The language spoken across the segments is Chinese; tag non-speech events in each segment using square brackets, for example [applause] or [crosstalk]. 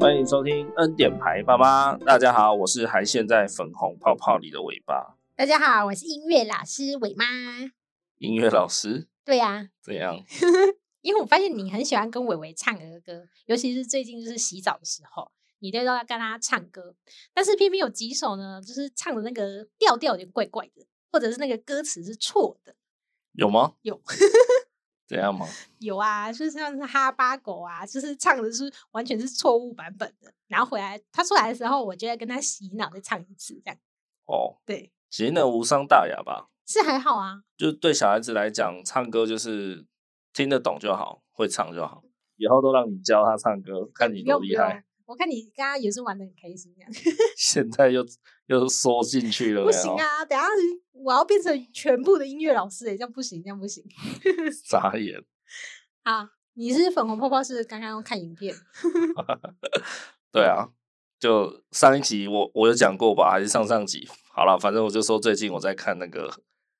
欢迎收听恩典牌爸妈。大家好，我是还陷在粉红泡泡里的尾巴大家好，我是音乐老师伟妈。音乐老师。对啊，这样，因为我发现你很喜欢跟伟伟唱儿歌，尤其是最近就是洗澡的时候，你都要跟他唱歌。但是偏偏有几首呢，就是唱的那个调调有点怪怪的，或者是那个歌词是错的。有吗？有这样吗？有啊，就是像是哈巴狗啊，就是唱的是完全是错误版本的。然后回来他出来的时候，我就会跟他洗脑再唱一次，这样哦，对，其实呢无伤大雅吧，是还好啊。就是对小孩子来讲，唱歌就是听得懂就好，会唱就好。以后都让你教他唱歌，看你不用多不厉用害。，我看你刚刚也是玩的很开心这样。现在又又缩进去了，不行有没有，啊！等一下我要变成全部的音乐老师哎、这样不行，这样不行。眨眼。好，你是粉红泡泡是刚刚看影片，对啊，就上一集我我有讲过吧，还是上上集？好了，反正我就说最近我在看那个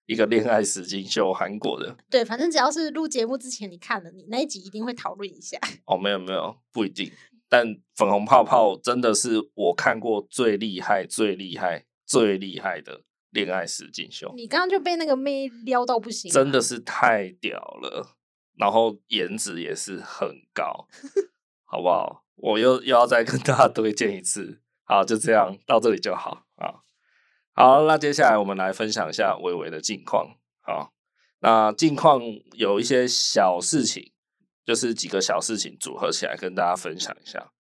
一个恋爱实境秀，韩国的。对，反正只要是录节目之前你看了，你那一集一定会讨论一下。哦，没有没有，不一定。但粉红泡泡真的是我看过最厉害、最厉害、最厉害的恋爱实境秀，你刚刚就被那个妹撩到不行啊，哦真的是太屌了。然后颜值也是很高，好不好？我又又要再跟大家推荐一次。好，就这样到这里就好啊。好，那接下来我们来分享一下微微的近况。好，那近况有一些小事情，就是几个小事情组合起来跟大家分享一下。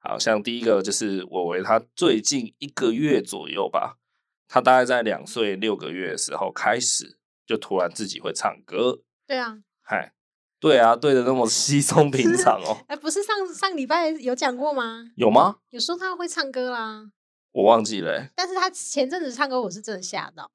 好像第一个就是我为他最近一个月左右吧，他大概在两岁六个月的时候开始，就突然自己会唱歌。对啊，，嗨，对啊，对的那么稀松平常哦 [laughs] 哎，不是上上礼拜有讲过吗？有吗？有说他会唱歌啦，我忘记了欸、但是他前阵子唱歌我是真的吓到。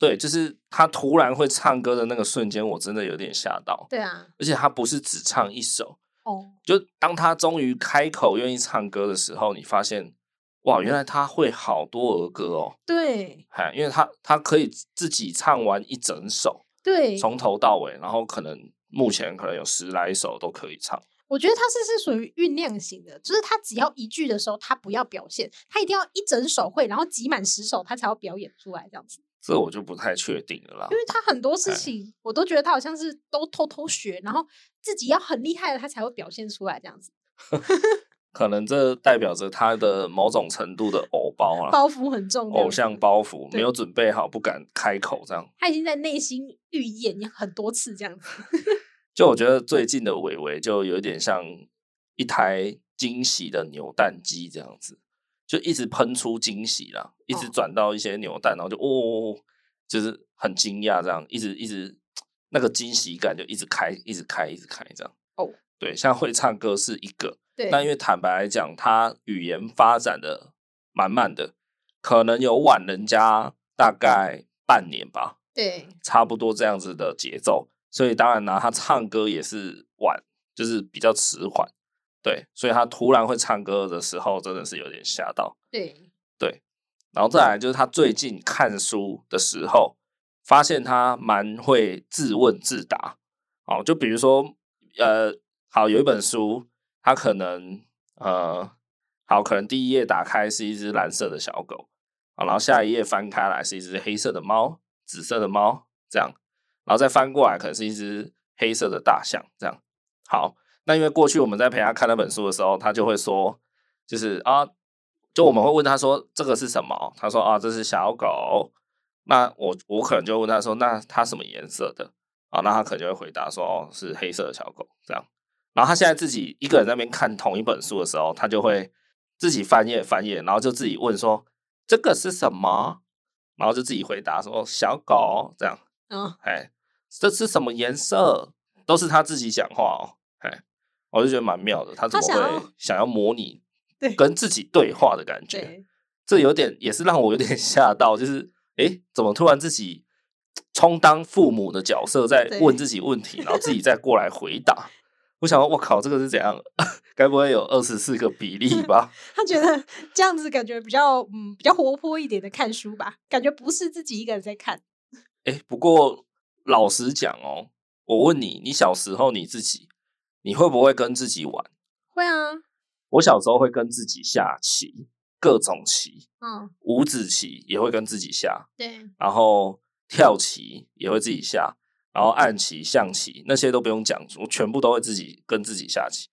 对，就是他突然会唱歌的那个瞬间，我真的有点吓到。对啊，而且他不是只唱一首，哦，就当他终于开口愿意唱歌的时候，你发现哇，原来他会好多儿歌哦，对嗨，因为他他可以自己唱完一整首，对，从头到尾，然后可能目前可能有十来首都可以唱。我觉得他是是属于酝酿型的，就是他只要一句的时候，他不要表现，他一定要一整首会，然后集满十首，他才要表演出来这样子。这我就不太确定了啦因，为他很多事哎情，我都觉得他好像是都偷偷学，然后自己要很厉害了，他才会表现出来这样子，可能这代表着他的某种程度的偶包啦，包袱很重。啊偶像，包袱对没有准备好，不敢开口这样。他已经在内心预演很多次这样子。就我觉得最近的伟伟就有点像一台惊喜的扭蛋机这样子，就一直喷出惊喜啦，一直哦转到一些扭蛋，然后就哦哦，哦就是很惊讶这样，一直一直那个惊喜感就一直开，一直开，一直开这样。哦，对，像会唱歌是一个，对，那因为坦白来讲，他语言发展的满满的，可能有晚人家大概半年吧。对差不多这样子的节奏，所以当然啦、他唱歌也是晚，就是比较迟缓，对，所以他突然会唱歌的时候，真的是有点吓到。对，然后再来就是他最近看书的时候，发现他蛮会自问自答，哦，就比如说，呃，好有一本书，他可能呃，好可能第一页打开是一只蓝色的小狗，啊，然后下一页翻开来是一只黑色的猫、紫色的猫这样，然后再翻过来可能是一只黑色的大象这样。好，那因为过去我们在陪他看那本书的时候，他就会说，就是啊，就我们会问他说这个是什么？他说啊，这是小狗。那我我可能就问他说，那它什么颜色的？啊，那他可能就会回答说，哦，是黑色的小狗这样。然后他现在自己一个人在那边看同一本书的时候，他就会自己翻页翻页，然后就自己问说这个是什么？然后就自己回答说小狗这样。嗯，哎，这是什么颜色？都是他自己讲话哦，哎，我就觉得蛮妙的，他怎么他想 [laughs] 要会想要模拟对跟自己对话的感觉？对这有点也是让我有点 [laughs] 吓到，就是哎，怎么突然自己充当父母的角色，在对问自己问 [laughs] 题，然后自己再过来回答？我想说，我靠，这个是怎样？ [laughs] 该不会有二十四个比例 [laughs] 吧？他觉得这样子感觉比较嗯比较活泼一点的看书吧，感觉不是自己一个人在看。哎、不过老实讲哦，我问你，你小时候你自己，你会不会跟自己玩？会啊，我小时候会跟自己下棋，各种棋，嗯，五子棋也会跟自己下，对，然后跳棋也会自己下，然后暗棋、象棋那些都不用讲，我全部都会自己跟自己下棋。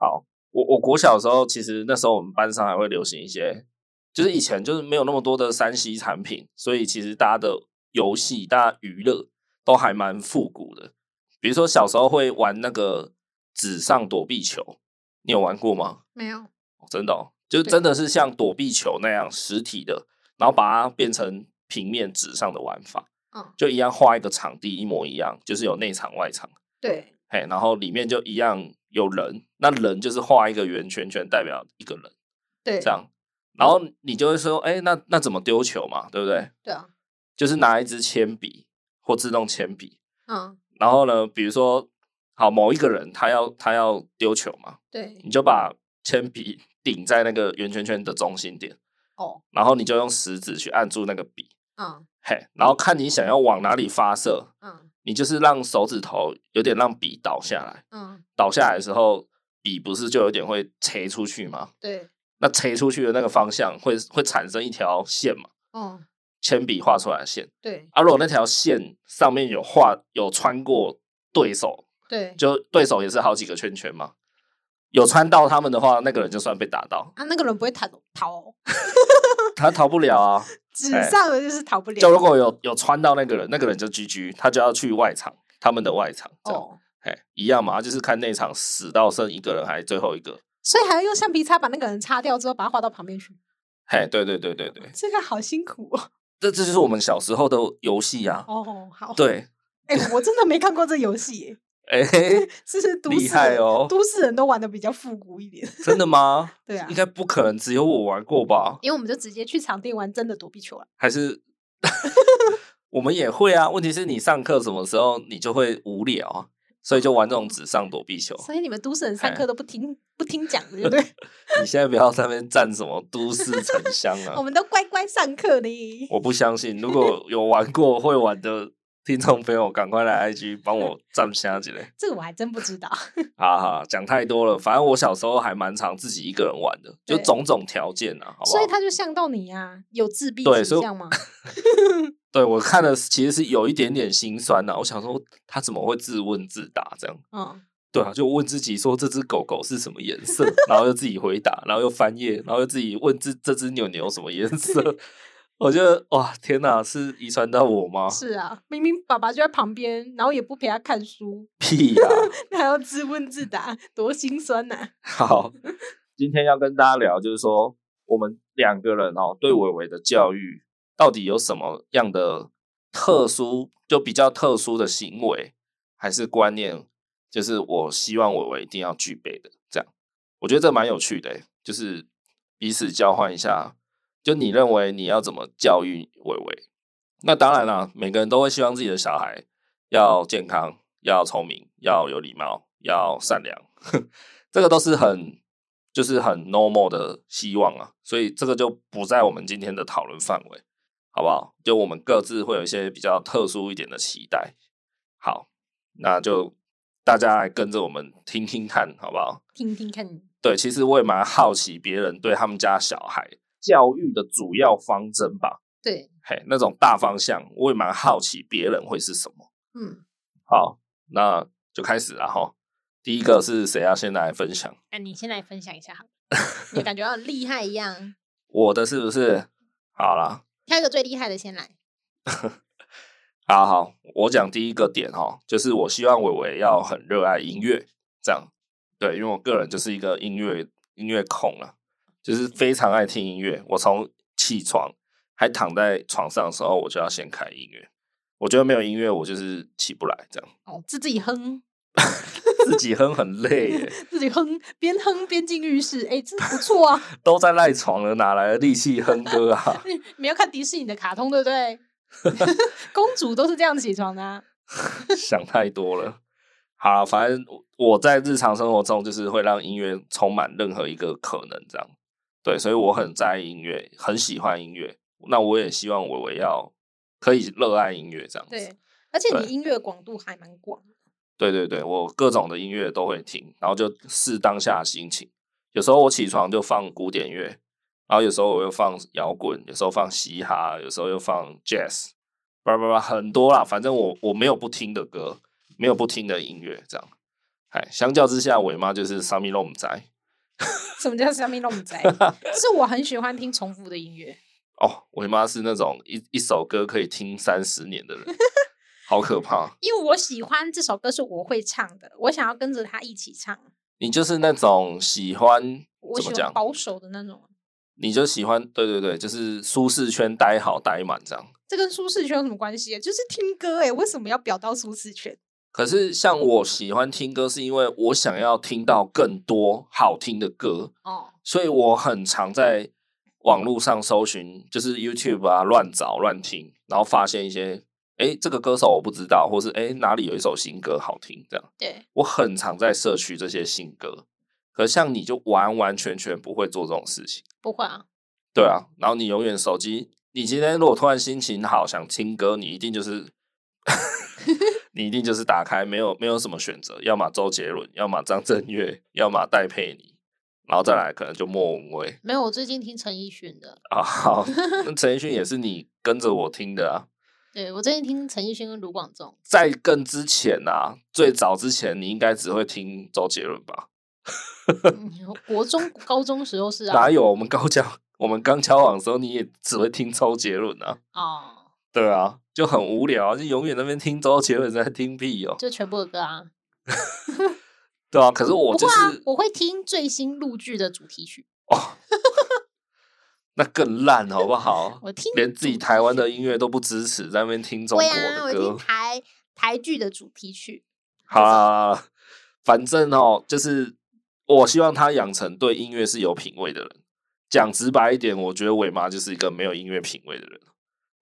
好，我我国小的时候，其实那时候我们班上还会流行一些，就是以前就是没有那么多的山西产品，所以其实大家的游戏、大家娱乐都还蛮复古的。比如说小时候会玩那个纸上躲避球，你有玩过吗？没有，真的、哦，就是对真的是像躲避球那样实体的，然后把它变成平面纸上的玩法，嗯，就一样画一个场地一模一样，就是有内场外场，对，嘿，然后里面就一样有人，那人就是画一个圆圈圈代表一个人对，嗯这，样，然后你就会说，哎、那那怎么丢球嘛，对不对？对啊，就是拿一支铅笔或自动铅笔，嗯，然后呢，比如说好某一个人他要他要丢球嘛，对，你就把铅笔 [laughs] 顶在那个圆圈圈的中心点。哦，然后你就用食指去按住那个笔，嗯嘿，然后看你想要往哪里发射，嗯你就是让手指头有点让笔倒下来，嗯，倒下来的时候，笔不是就有点会垂出去吗？对，那垂出去的那个方向会会产生一条线嘛？哦，铅笔画出来的线对啊，如果那条线上面有画有穿过对手，对，就对手也是好几个圈圈嘛，有穿到他们的话，那个人就算被打到，啊，那个人不会逃逃哦，他逃不了啊。纸哎上的就是逃不了，就如果有有穿到那个人，那个人就 GG，他就要去外场，他们的外场这样，哦，哎、一样嘛，就是看那场死到剩一个人还是最后一个，所以还要用橡皮擦把那个人擦掉之后，把他画到旁边去，嘿，对对对对对，这个好辛苦哦。这这就是我们小时候的游戏啊， [laughs] 哦，好，对，哎、我真的没看过这游戏耶，哎、 [laughs] 嘿是是都市厉害人哦都市人都玩的比较复古一点。 [laughs] 真的吗？对啊应，该不可能只有我玩过吧？因为我们就直接去场地玩真的躲避球啊了。还 [laughs] 是我们也会啊？问题是你上课什么时候你就会无聊啊，所以就玩这种纸上躲避球。所以你们都市人上哎课都不听不听讲的，对不对？，你现在不要在那边站什么都市沉香啊我们都乖乖上课的。我不相信，如果有玩过会玩的听众朋友，赶快来 IG 帮我站下起来。这个我还真不知道。哈哈，讲太多了，反正我小时候还蛮常自己一个人玩的，就对种种条件啊，好不所以好？他就像到你啊，有自闭对倾所以向吗？对我看了其实是有一点点心酸呐、我想说他怎么会自问自答这样？嗯，对啊，就问自己说这只狗狗是什么颜色，然后又自己回答，然后又翻页，然后又自己问这这只牛牛什么颜 [laughs] 色。我觉得哇，天哪，是遗传到我吗？是啊，明明爸爸就在旁边，然后也不陪他看书，屁呀、还要自问自答，多心酸呐、好，今天要跟大家聊，就是说我们两个人哦，对伟伟的教育到底有什么样的特殊，就比较特殊的行为还是观念，就是我希望伟伟一定要具备的。这样，我觉得这蛮有趣的、欸就是彼此交换一下，就你认为你要怎么教育伟伟？那当然啦，每个人都会希望自己的小孩要健康、要聪明、要有礼貌、要善良，这个都是很就是很 normal 的希望啊，所以这个就不在我们今天的讨论范围，好不好？就我们各自会有一些比较特殊一点的期待。好，那就大家来跟着我们听听看，好不好？听听看，对，其实我也蛮好奇别人对他们家小孩教育的主要方针吧，对，嘿，那种大方向，我也蛮好奇别人会是什么。嗯，好，那就开始了哈。第一个是谁要先来分享？那、你先来分享一下好了，你感觉到很厉害一样，我的是不是？好啦，挑一个最厉害的先来。好好，我讲第一个点哦，就是我希望伟伟要很热爱音乐，这样对，因为我个人就是一个音乐音乐控啊，就是非常爱听音乐。我从起床还躺在床上的时候，我就要先开音乐。我觉得没有音乐，我就是起不来，这样哦，自己哼，自己哼很累耶，自己哼，边哼边进浴室，哎、这不错啊！ [laughs] [laughs] 都在赖床了，哪来的力气哼歌啊？你你要看迪士尼的卡通，对不对？ [laughs] 公主都是这样起床的、啊。想太多了。好，反正我在日常生活中就是会让音乐充满任何一个可能，这样对，所以我很在意音乐，很喜欢音乐。那我也希望我我要可以热爱音乐这样子。对，而且对你音乐广度还蛮广的。对对对，我各种的音乐都会听，然后就视当下的心情。有时候我起床就放古典乐，然后有时候我又放摇滚，有时候放嘻哈，有时候又放 jazz，叭叭叭，很多啦。反正我我没有不听的歌，没有不听的音乐，这样。哎，相较之下，我妈就是沙米弄仔什么叫生命弄 [laughs] 宅？是我很喜欢听重复的音乐，哦，我妈是那种一一首歌可以听三十年的人，好可怕。因为我喜欢这首歌是我会唱的，我想要跟着他一起唱。你就是那种喜欢我怎么喜讲欢，保守的那种，你就喜欢，对对对，就是舒适圈待好待满这样。这跟舒适圈有什么关系？就是听歌哎、为什么要表到舒适圈？可是像我喜欢听歌，是因为我想要听到更多好听的歌，哦，所以我很常在网络上搜寻，就是 YouTube 啊乱找乱听，然后发现一些，诶，这个歌手我不知道，或是诶哪里有一首新歌好听这样。对，我很常在摄取这些新歌，可像你就完完全全不会做这种事情，不会啊，对啊。然后你永远手机，你今天如果突然心情好想听歌，你一定就是， [laughs] 你一定就是打开，没有没有什么选择，要么周杰伦，要么张震岳，要么戴佩妮，然后再嗯来可能就莫文蔚没有。我最近听陈奕迅的，啊。 [laughs] 好，那陈奕迅也是你跟着我听的啊。对我最近听陈奕迅跟卢广 [laughs] 仲，在更之前啊，最早之前你应该只会听周杰伦吧？嗯国中、高中时候是啊哪，有我们高交我们刚交往的时候，你也只会听周杰伦啊？哦，对啊，就很无聊啊，就永远那边听周杰伦在听屁哦、就全部的歌啊。对啊，可是我不就过啊是、，我会听最新录剧的主题曲，那更烂，好不好？我听连自己主台题湾曲的音乐都不支持，在那边听中国对啊，的歌我听。台台剧的主题曲，好啦好啦，好啦反正哦，就是我希望他养成对音乐是有品味的人。讲直白一点，我觉得伟妈就是一个没有音乐品味的人，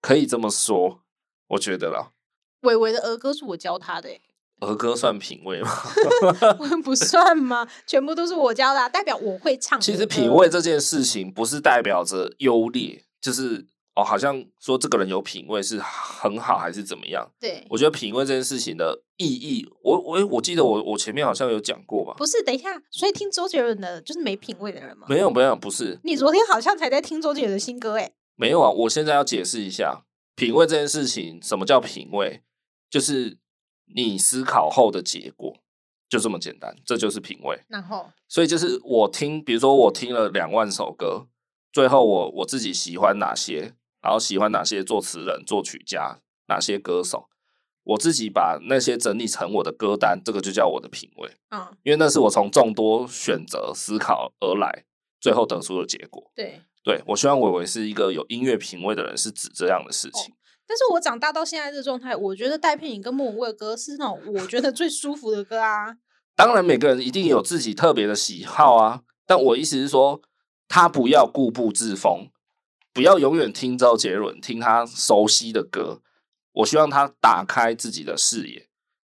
可以这么说，我觉得啦。伟伟的儿歌是我教他 [laughs] 的、欸，儿歌算品味 [laughs] 吗？不算吗？全部都是我教的啊、代表我会唱。其实品味，这件事情不是代表着优劣，就是哦，好像说这个人有品味是很好还是怎么样？对，我觉得品味这件事情的意义，我我我记得我我前面好像有讲过吧？不是，等一下，所以听周杰伦的就是没品味的人吗？没有没有，不是你昨天好像才在听周杰伦的新歌、欸，哎，没有啊！我现在要解释一下品味这件事情，什么叫品味？就是你思考后的结果，就这么简单，这就是品味。然后所以就是我听，比如说我听了两万首歌，最后我我自己喜欢哪些，然后喜欢哪些作词人、作曲家，哪些歌手，我自己把那些整理成我的歌单，这个就叫我的品味，嗯，因为那是我从众多选择思考而来，最后得出的结果。对。对我希望伟伟是一个有音乐品味的人，是指这样的事情。但是我长大到现在这个状态，我觉得戴佩妮跟莫文蔚的歌是那种我觉得最舒服的歌 [laughs] 啊。当然，每个人一定有自己特别的喜好啊。但我意思是说，他不要固步自封，不要永远听周杰伦，听他熟悉的歌。我希望他打开自己的视野，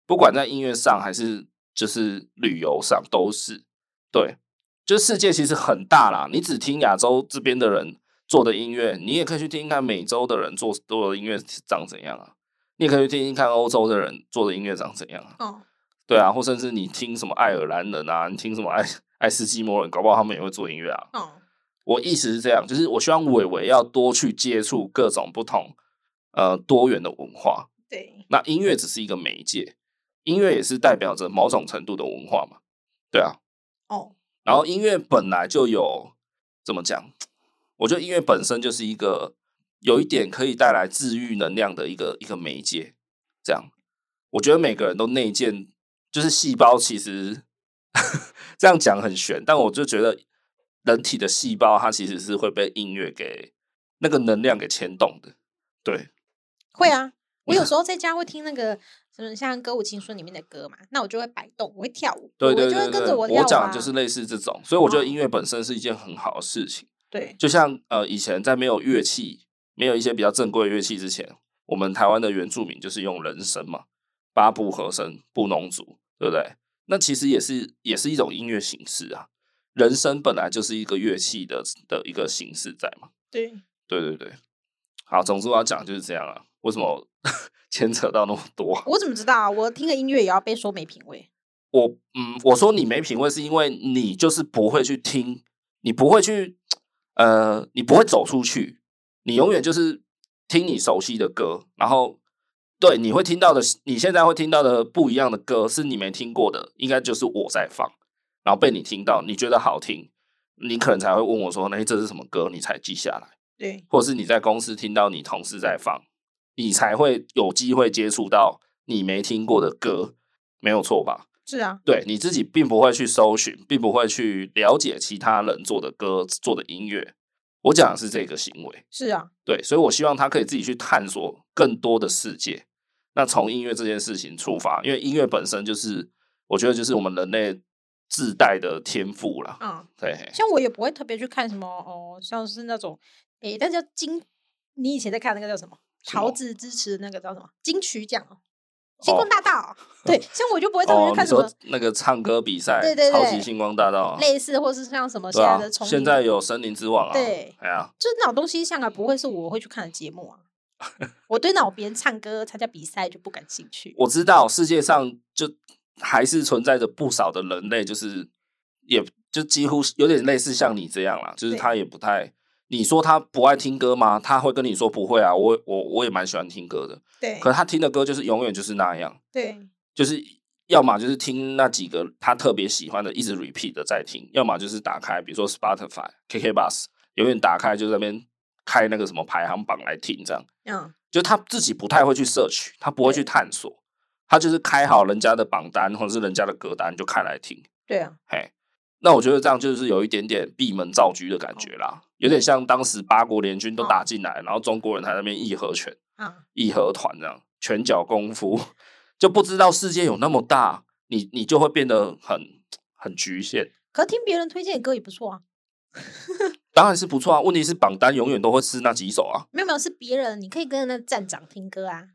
不管在音乐上还是就是旅游上，都是对。就世界其实很大啦，你只听亚洲这边的人做的音乐，你也可以去听听看美洲的人做做的音乐长怎样啊，你也可以去听听看欧洲的人做的音乐长怎样啊。哦，对啊，或甚至你听什么爱尔兰人啊，你 [laughs] 听什么爱爱斯基摩人，搞不好他们也会做音乐啊。哦，我意思是这样，就是我希望伟伟要多去接触各种不同呃多元的文化。对，那音乐只是一个媒介，音乐也是代表着某种程度的文化嘛。对啊，哦，然后音乐本来就有怎么讲？我觉得音乐本身就是一个有一点可以带来治愈能量的一个一个媒介。这样，我觉得每个人都内建，就是细胞其实 [laughs] 这样讲很玄，但我就觉得人体的细胞它其实是会被音乐给那个能量给牵动的。对，会 [laughs] 啊，我有时候在家会听那个什么像《歌舞青春》里面的歌嘛，那我就会摆动，我会跳舞，对对我就对会对，跟着跳我舞、啊。讲的就是类似这种，所以我觉得哦音乐本身是一件很好的事情。对，就像呃，以前在没有乐器、没有一些比较正规的乐器之前，我们台湾的原住民就是用人声嘛，八部和声、布农族，对不对？那其实也是也是一种音乐形式啊。人声本来就是一个乐器的的一个形式在嘛。对，对对对，好，总之我要讲就是这样啊。为什么 [laughs] 牵扯到那么多？我怎么知道啊？我听个音乐也要被说没品味？我嗯，我说你没品味，是因为你就是不会去听，你不会去，呃，你不会走出去，你永远就是听你熟悉的歌，然后对你会听到的，你现在会听到的不一样的歌是你没听过的，应该就是我在放，然后被你听到，你觉得好听，你可能才会问我说，哎，这是什么歌？你才记下来，对，或是你在公司听到你同事在放，你才会有机会接触到你没听过的歌，没有错吧？是啊，对你自己并不会去搜寻，并不会去了解其他人做的歌、做的音乐。我讲的是这个行为，是啊，对，所以我希望他可以自己去探索更多的世界。那从音乐这件事情出发，因为音乐本身就是，我觉得就是我们人类自带的天赋啦。嗯，对，像我也不会特别去看什么哦，像是那种诶，那叫金，你以前在看那个叫什么？什么桃子支持的那个叫什么金曲奖哦，星哦光大道哦、对，像我就不会特别哦去，你看什么说那个唱歌比赛，对对对超级星光大道啊，类似，或是像什么对现在啊的，重现映在有森林之王啊，对哎呀，就那种东西，像啊，不会是我会去看的节目啊。我对那种别人唱歌、参加比赛就不感兴趣。我知道世界上就还是存在着不少的人类，就是也就几乎是有点类似像你这样啦，就是对他也不太。你说他不爱听歌吗？他会跟你说不会啊，我我我也蛮喜欢听歌的，对可他听的歌就是永远就是那样，对就是要么就是听那几个他特别喜欢的，一直 repeat 的在听，要么就是打开，比如说 Spotify、KK Bus，永远打开就在那边开那个什么排行榜来听这样。嗯，就他自己不太会去摄取，他不会去对探索，他就是开好人家的榜单或者是人家的歌单就开来听。对啊，嘿，那我觉得这样就是有一点点闭门造车的感觉啦，有点像当时八国联军都打进来，然后中国人还在那边义和拳、啊，义和团这样拳脚功夫，就不知道世界有那么大，你你就会变得很很局限。可听别人推荐的歌也不错啊。当然是不错啊，问题是榜单永远都会是那几首啊，没有没有，是别人，你可以跟着那站长听歌啊。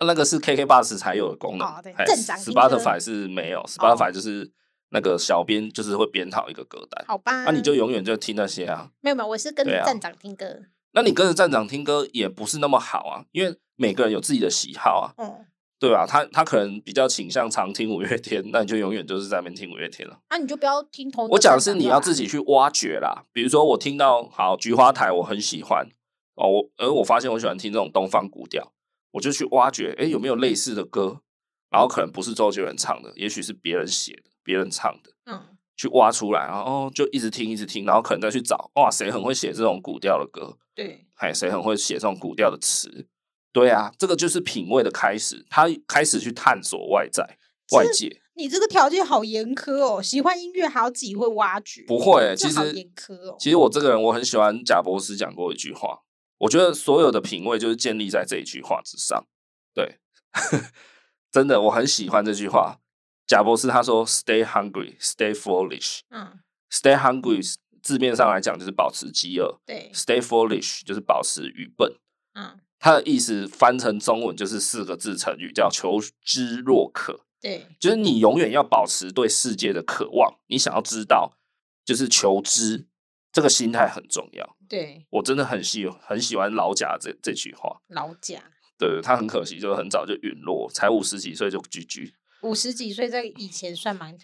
那个是 KK Bus 才有的功能，哎哦对嘿正常哦听歌 Spotify 是没有，Spotify 就是那个小编就是会编好一个歌单，好吧，那、啊你就永远就听那些啊。没有没有，我是跟对着啊站长听歌。那你跟着站长听歌也不是那么好啊，因为每个人有自己的喜好啊，哦，对吧？他他可能比较倾向常听五月天，那你就永远就是在那边听五月天了。啊哦那你就不要听同一个我讲的站是长你就要好自己去挖掘啦，比如说我听到好菊花台，我很喜欢哦，我而我发现我喜欢听这种东方古调，我就去挖掘，诶，有没有类似的歌？然后可能不是周杰伦唱的，也许是别人写的、别人唱的，嗯，去挖出来，然后哦就一直听、一直听，然后可能再去找，哇，谁很会写这种古调的歌？对哎，谁很会写这种古调的词？对啊，这个就是品味的开始，他开始去探索外在、外界。你这个条件好严苛哦，喜欢音乐还要自己会挖掘，不会欸这其好实严苛哦。其实我这个人，我很喜欢贾博士讲过一句话，我觉得所有的品味就是建立在这一句话之上。对， [laughs] 真的，我很喜欢这句话。贾博士他说：“Stay hungry, stay foolish. 嗯， Stay hungry 字面上来讲就是保持饥饿对， ，stay foolish 就是保持愚笨。嗯，它的意思翻成中文就是四个字成语，叫求知若渴。对，就是你永远要保持对世界的渴望，你想要知道，就是求知，这个心态很重要。对，我真的很喜很喜欢老贾这这句话，老贾对他很可惜，就是很早就陨落，才五十几岁就 GG。五十几岁，在以前算蛮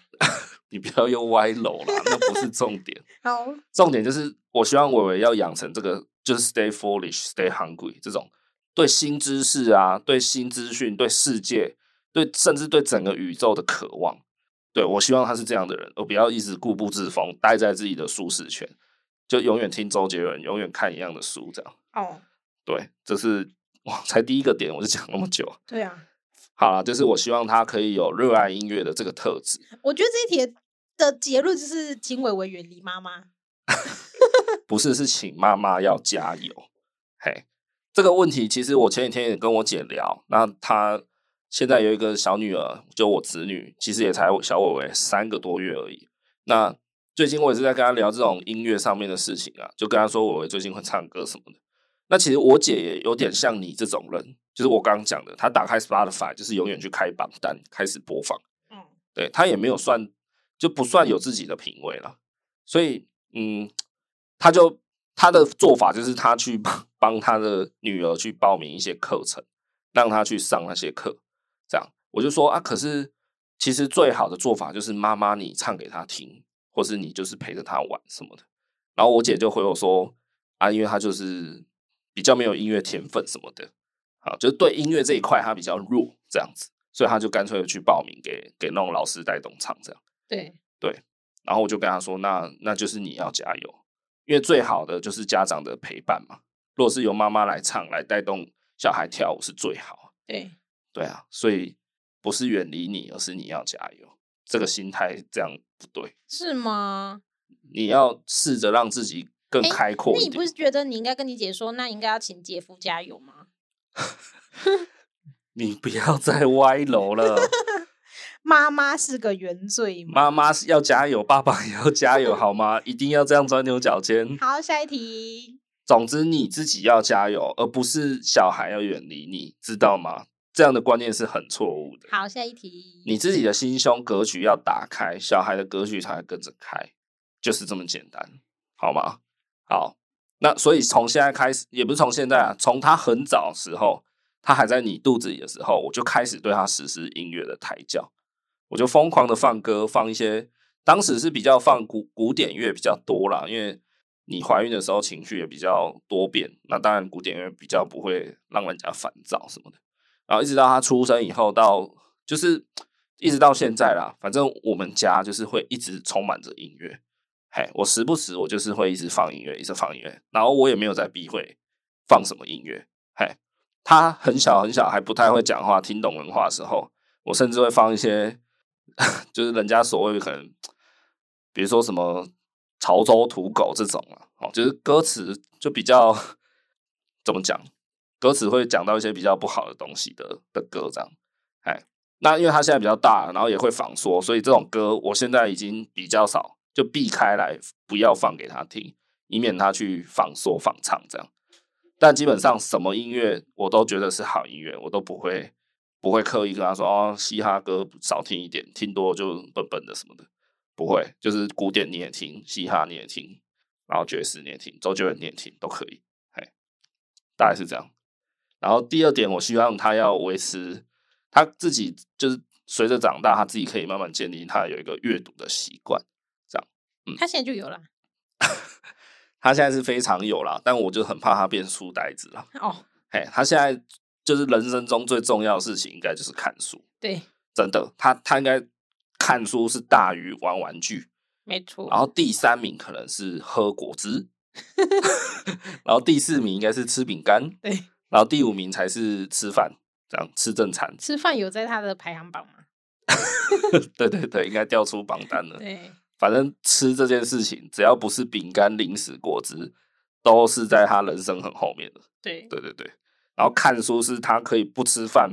你不要又歪楼啦，那不是重点，好，重点就是我希望伟伟要养成这个，就是 stay foolish, stay hungry 这种对新知识啊、对新资讯、对世界、对甚至对整个宇宙的渴望。对我希望他是这样的人，而不要一直固步自封，待在自己的舒适圈，就永远听周杰伦，永远看一样的书，这样。哦，对，这是哇，才第一个点，我就讲那么久。对啊，好啦，就是我希望他可以有热爱音乐的这个特质。我觉得这一题的结论就是请伟伟远离妈妈。不是是请妈妈要加油。嘿，这个问题其实我前几天也跟我姐聊，那她现在有一个小女儿，就我侄女，其实也才小伟伟三个多月而已。那最近我也是在跟她聊这种音乐上面的事情啊，就跟她说伟伟最近会唱歌什么的。那其实我姐也有点像你这种人，就是我刚刚讲的，她打开 Spotify 就是永远去开榜单，开始播放。嗯，对他也没有算，就不算有自己的品味了。所以，嗯，他就他的做法就是他去帮 [laughs] 帮他的女儿去报名一些课程，让她去上那些课。这样，我就说啊，可是其实最好的做法就是妈妈你唱给她听，或是你就是陪着她玩什么的。然后我姐就回我说啊，因为她就是比较没有音乐天分什么的，啊，就是对音乐这一块她比较弱这样子，所以她就干脆去报名给给那种老师带动唱这样。对，然后我就跟他说，那那就是你要加油，因为最好的就是家长的陪伴嘛。如果是由妈妈来唱来带动小孩跳舞是最好，对，对啊，所以不是远离你，而是你要加油，这个心态这样不对，是吗？你要试着让自己更诶开阔那一你不点。是觉得你应该跟你姐说，那应该要请姐夫加油吗？你不要再歪楼 [laughs] 了，妈妈是个原罪嘛。妈妈是要加油，爸爸也要加油，好吗？一定要这样钻牛角尖。好，下一题。总之你自己要加油，而不是小孩要远离你，知道吗？这样的观念是很错误的。好，下一题。你自己的心胸格局要打开，小孩的格局才会跟着开，就是这么简单，好吗？好，那所以从现在开始，也不是从现在啊，从他很早的时候，他还在你肚子里的时候，我就开始对他实施音乐的抬教，我就疯狂的放歌，放一些，当时是比较放古古典乐比较多啦，因为你怀孕的时候情绪也比较多变，那当然古典乐比较不会让人家烦躁什么的。然后一直到他出生以后，到就是一直到现在啦，反正我们家就是会一直充满着音乐。嘿，我时不时我就是会一直放音乐，一直放音乐，然后我也没有在避讳放什么音乐。嘿，他很小很小还不太会讲话、听懂人话的时候，我甚至会放一些， [laughs] 就是人家所谓可能，比如说什么潮州土狗这种啊，哦，就是歌词就比较 [laughs] 怎么讲，歌词会讲到一些比较不好的东西的的歌这样。哎，那因为他现在比较大，然后也会仿说，所以这种歌我现在已经比较少，就避开来，不要放给他听，以免他去仿说仿唱这样。但基本上什么音乐我都觉得是好音乐，我都不会不会刻意跟他说哦，嘻哈歌少听一点，听多就笨笨的什么的，不会，就是古典你也听，嘻哈你也听，然后爵士你也听，周杰伦你也听都可以，哎，大概是这样。然后第二点，我希望他要维持他自己，就是随着长大，他自己可以慢慢建立他有一个阅读的习惯。他现在就有了。他现在是非常有啦，但我就很怕他变书呆子了。哦，嘿，他现在就是人生中最重要的事情，应该就是看书。对，真的，他他应该看书是大于玩玩具，没错。然后第三名可能是喝果汁，然后第四名应该是吃饼干，对，然后第五名才是吃饭，这样吃正餐。 [laughs] 吃饭有在他的排行榜吗？对对对，应该调出榜单了。对，反正吃这件事情，只要不是饼干、零食、果汁，都是在他人生很后面的。对，对对对，然后看书是他可以不吃饭、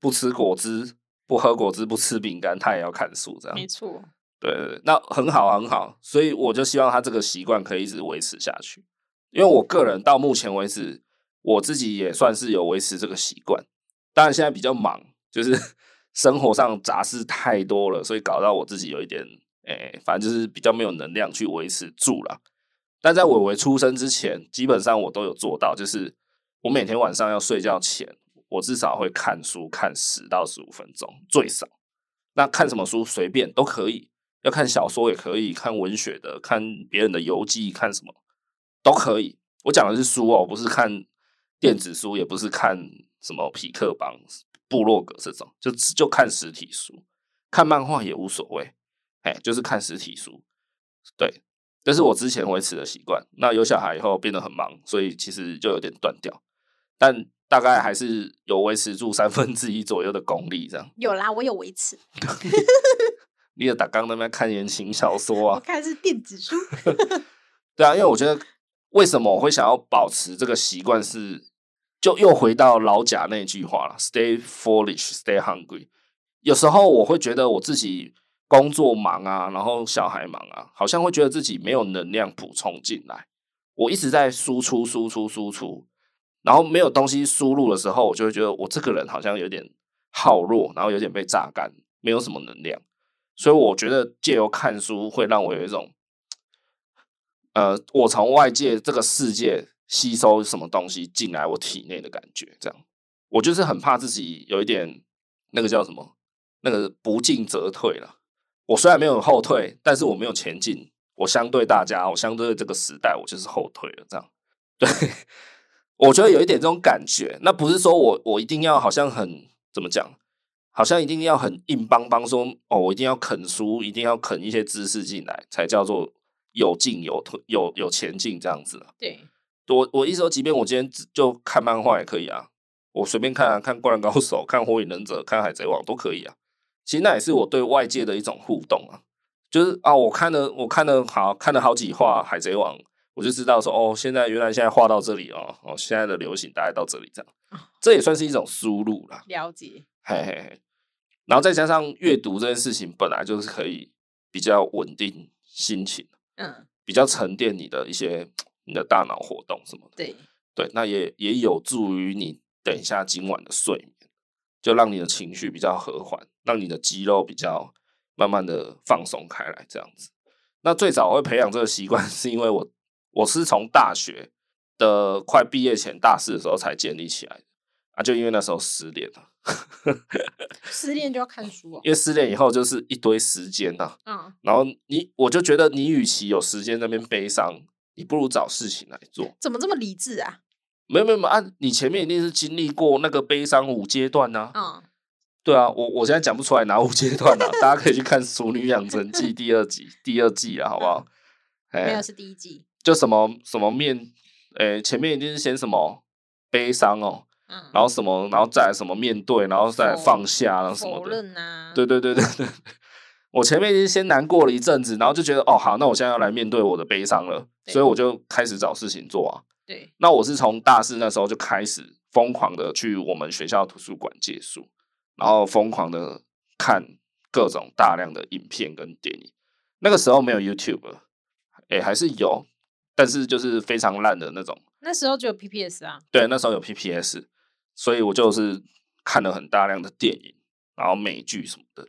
不吃果汁、不喝果汁、不吃饼干，他也要看书这样。没错。对对对，那很好啊很好，所以我就希望他这个习惯可以一直维持下去。因为我个人到目前为止，我自己也算是有维持这个习惯，当然现在比较忙，就是 [laughs] 生活上杂事太多了，所以搞到我自己有一点，诶、反正就是比较没有能量去维持住了。但在伟伟出生之前，基本上我都有做到，就是我每天晚上要睡觉前，我至少会看书看十到十五分钟，最少。那看什么书随便都可以，要看小说也可以，看文学的，看别人的游记，看什么都可以。我讲的是书哦，不是看电子书，也不是看什么匹克邦、部落格这种，就就看实体书，看漫画也无所谓，哎，就是看实体书。对，这是我之前维持的习惯。那有小孩以后变得很忙，所以其实就有点断掉，但大概还是有维持住三分之一左右的功力这样。有啦，我有维持。你也打刚那边看言情小说我啊？看是电子书。对啊，因为我觉得为什么我会想要保持这个习惯是，就又回到老贾那句话了：“Stay foolish, stay hungry。”有时候我会觉得我自己工作忙啊，然后小孩忙啊，好像会觉得自己没有能量补充进来。我一直在输出、输出、输出，然后没有东西输入的时候，我就会觉得我这个人好像有点好弱，然后有点被榨干，没有什么能量。所以我觉得借由看书会让我有一种，呃，我从外界这个世界吸收什么东西进来我体内的感觉。这样，我就是很怕自己有一点那个叫什么，那个不进则退了。我虽然没有后退，但是我没有前进。我相对大家，我相对这个时代，我就是后退了。这样， [laughs] 对，我觉得有一点这种感觉。那不是说我我一定要好像很怎么讲，好像一定要很硬邦邦说哦，我一定要啃书，一定要啃一些知识进来，才叫做有进有退有有前进这样子啊。对，我我意思说，即便我今天只就看漫画也可以啊，我随便看啊，看《灌篮高手》、看《火影忍者》、看《海贼王》都可以啊。其实那也是我对外界的一种互动啊，就是啊，我看了我看了好看了好几话《海贼王》，我就知道说哦，现在原来现在画到这里哦，哦，现在的流行大概到这里这样，这也算是一种输入啦，了解，嘿嘿嘿。然后再加上阅读这件事情，本来就是可以比较稳定心情，嗯，比较沉淀你的一些你的大脑活动什么的。 [laughs] 对，对，那也也有助于你等一下今晚的睡眠，就让你的情绪比较和缓，让你的肌肉比较慢慢的放松开来，这样子。那最早会培养这个习惯， [laughs] 是因为我我是从大学的快毕业前大四的时候才建立起来的啊，就因为那时候失恋了，失恋就要看书哦，因为失恋以后就是一堆时间呐、啊，嗯，然后你我就觉得你与其有时间在那边悲伤，你不如找事情来做。怎么这么理智啊？没有没有，没有啊，你前面一定是经历过那个悲伤五阶段呐、嗯，对啊，我我现在讲不出来哪五阶段啊，大家可以去看《熟女养成 [laughs] 记》第二集，第二季啊，好不好？嗯没有哎，是第一季，就什么什么面，哎，前面一定是先什么悲伤哦，嗯，然后什么，然后再来什么面对，然后再来否放下，然后什么否的。认啊，对对对对对，我前面已经先难过了一阵子，然后就觉得哦好，那我现在要来面对我的悲伤了，对所以我就开始找事情做啊。对，那我是从大四那时候就开始疯狂的去我们学校图书馆借书，然后疯狂的看各种大量的影片跟电影。那个时候没有 YouTube，哎、诶还是有，但是就是非常烂的那种。那时候只有 PPS 啊，对，那时候有 PPS，所以我就是看了很大量的电影，然后美剧什么的，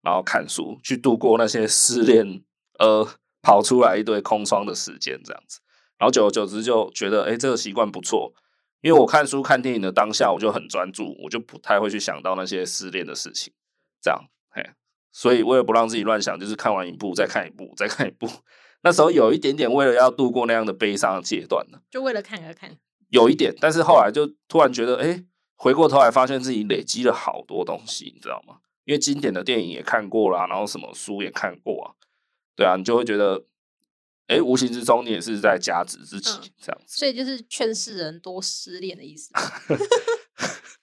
然后看书去度过那些失恋呃跑出来一堆空窗的时间，这样子。然后久而久之就觉得，哎、这个习惯不错，因为我看书看电影的当下，我就很专注，我就不太会去想到那些失恋的事情，这样，哎，所以为了不让自己乱想，就是看完一部再看一部，再看一部。 [laughs] 那时候有一点点为了要度过那样的悲伤的阶段呢。就为了看而看，有一点，但是后来就突然觉得，哎、回过头来发现自己累积了好多东西，你知道吗？因为经典的电影也看过啦，然后什么书也看过啊，对啊，你就会觉得，哎、无形之中你也是在价值自己，嗯这样子所以就是劝世人多失恋的意思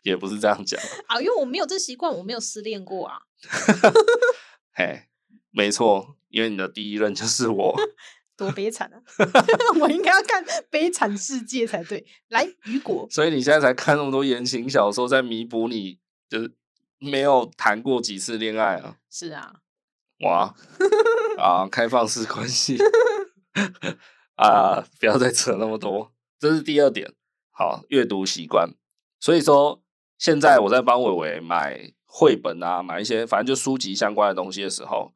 也不是这样讲， [laughs] 啊，因为我没有这习惯，我没有失恋过啊，嘿，没错，因为你的第一任就是我， [laughs] 多悲惨 [laughs] 啊！我应该要看《悲惨世界》才对。来，雨果，所以你现在才看那么多言情小说，在弥补你就是没有谈过几次恋爱啊。是啊，哇啊，开放式关系啊，不要再扯那么多，这是第二点。好，阅读习惯。所以说，现在我在帮伟伟买绘本啊，买一些反正就书籍相关的东西的时候，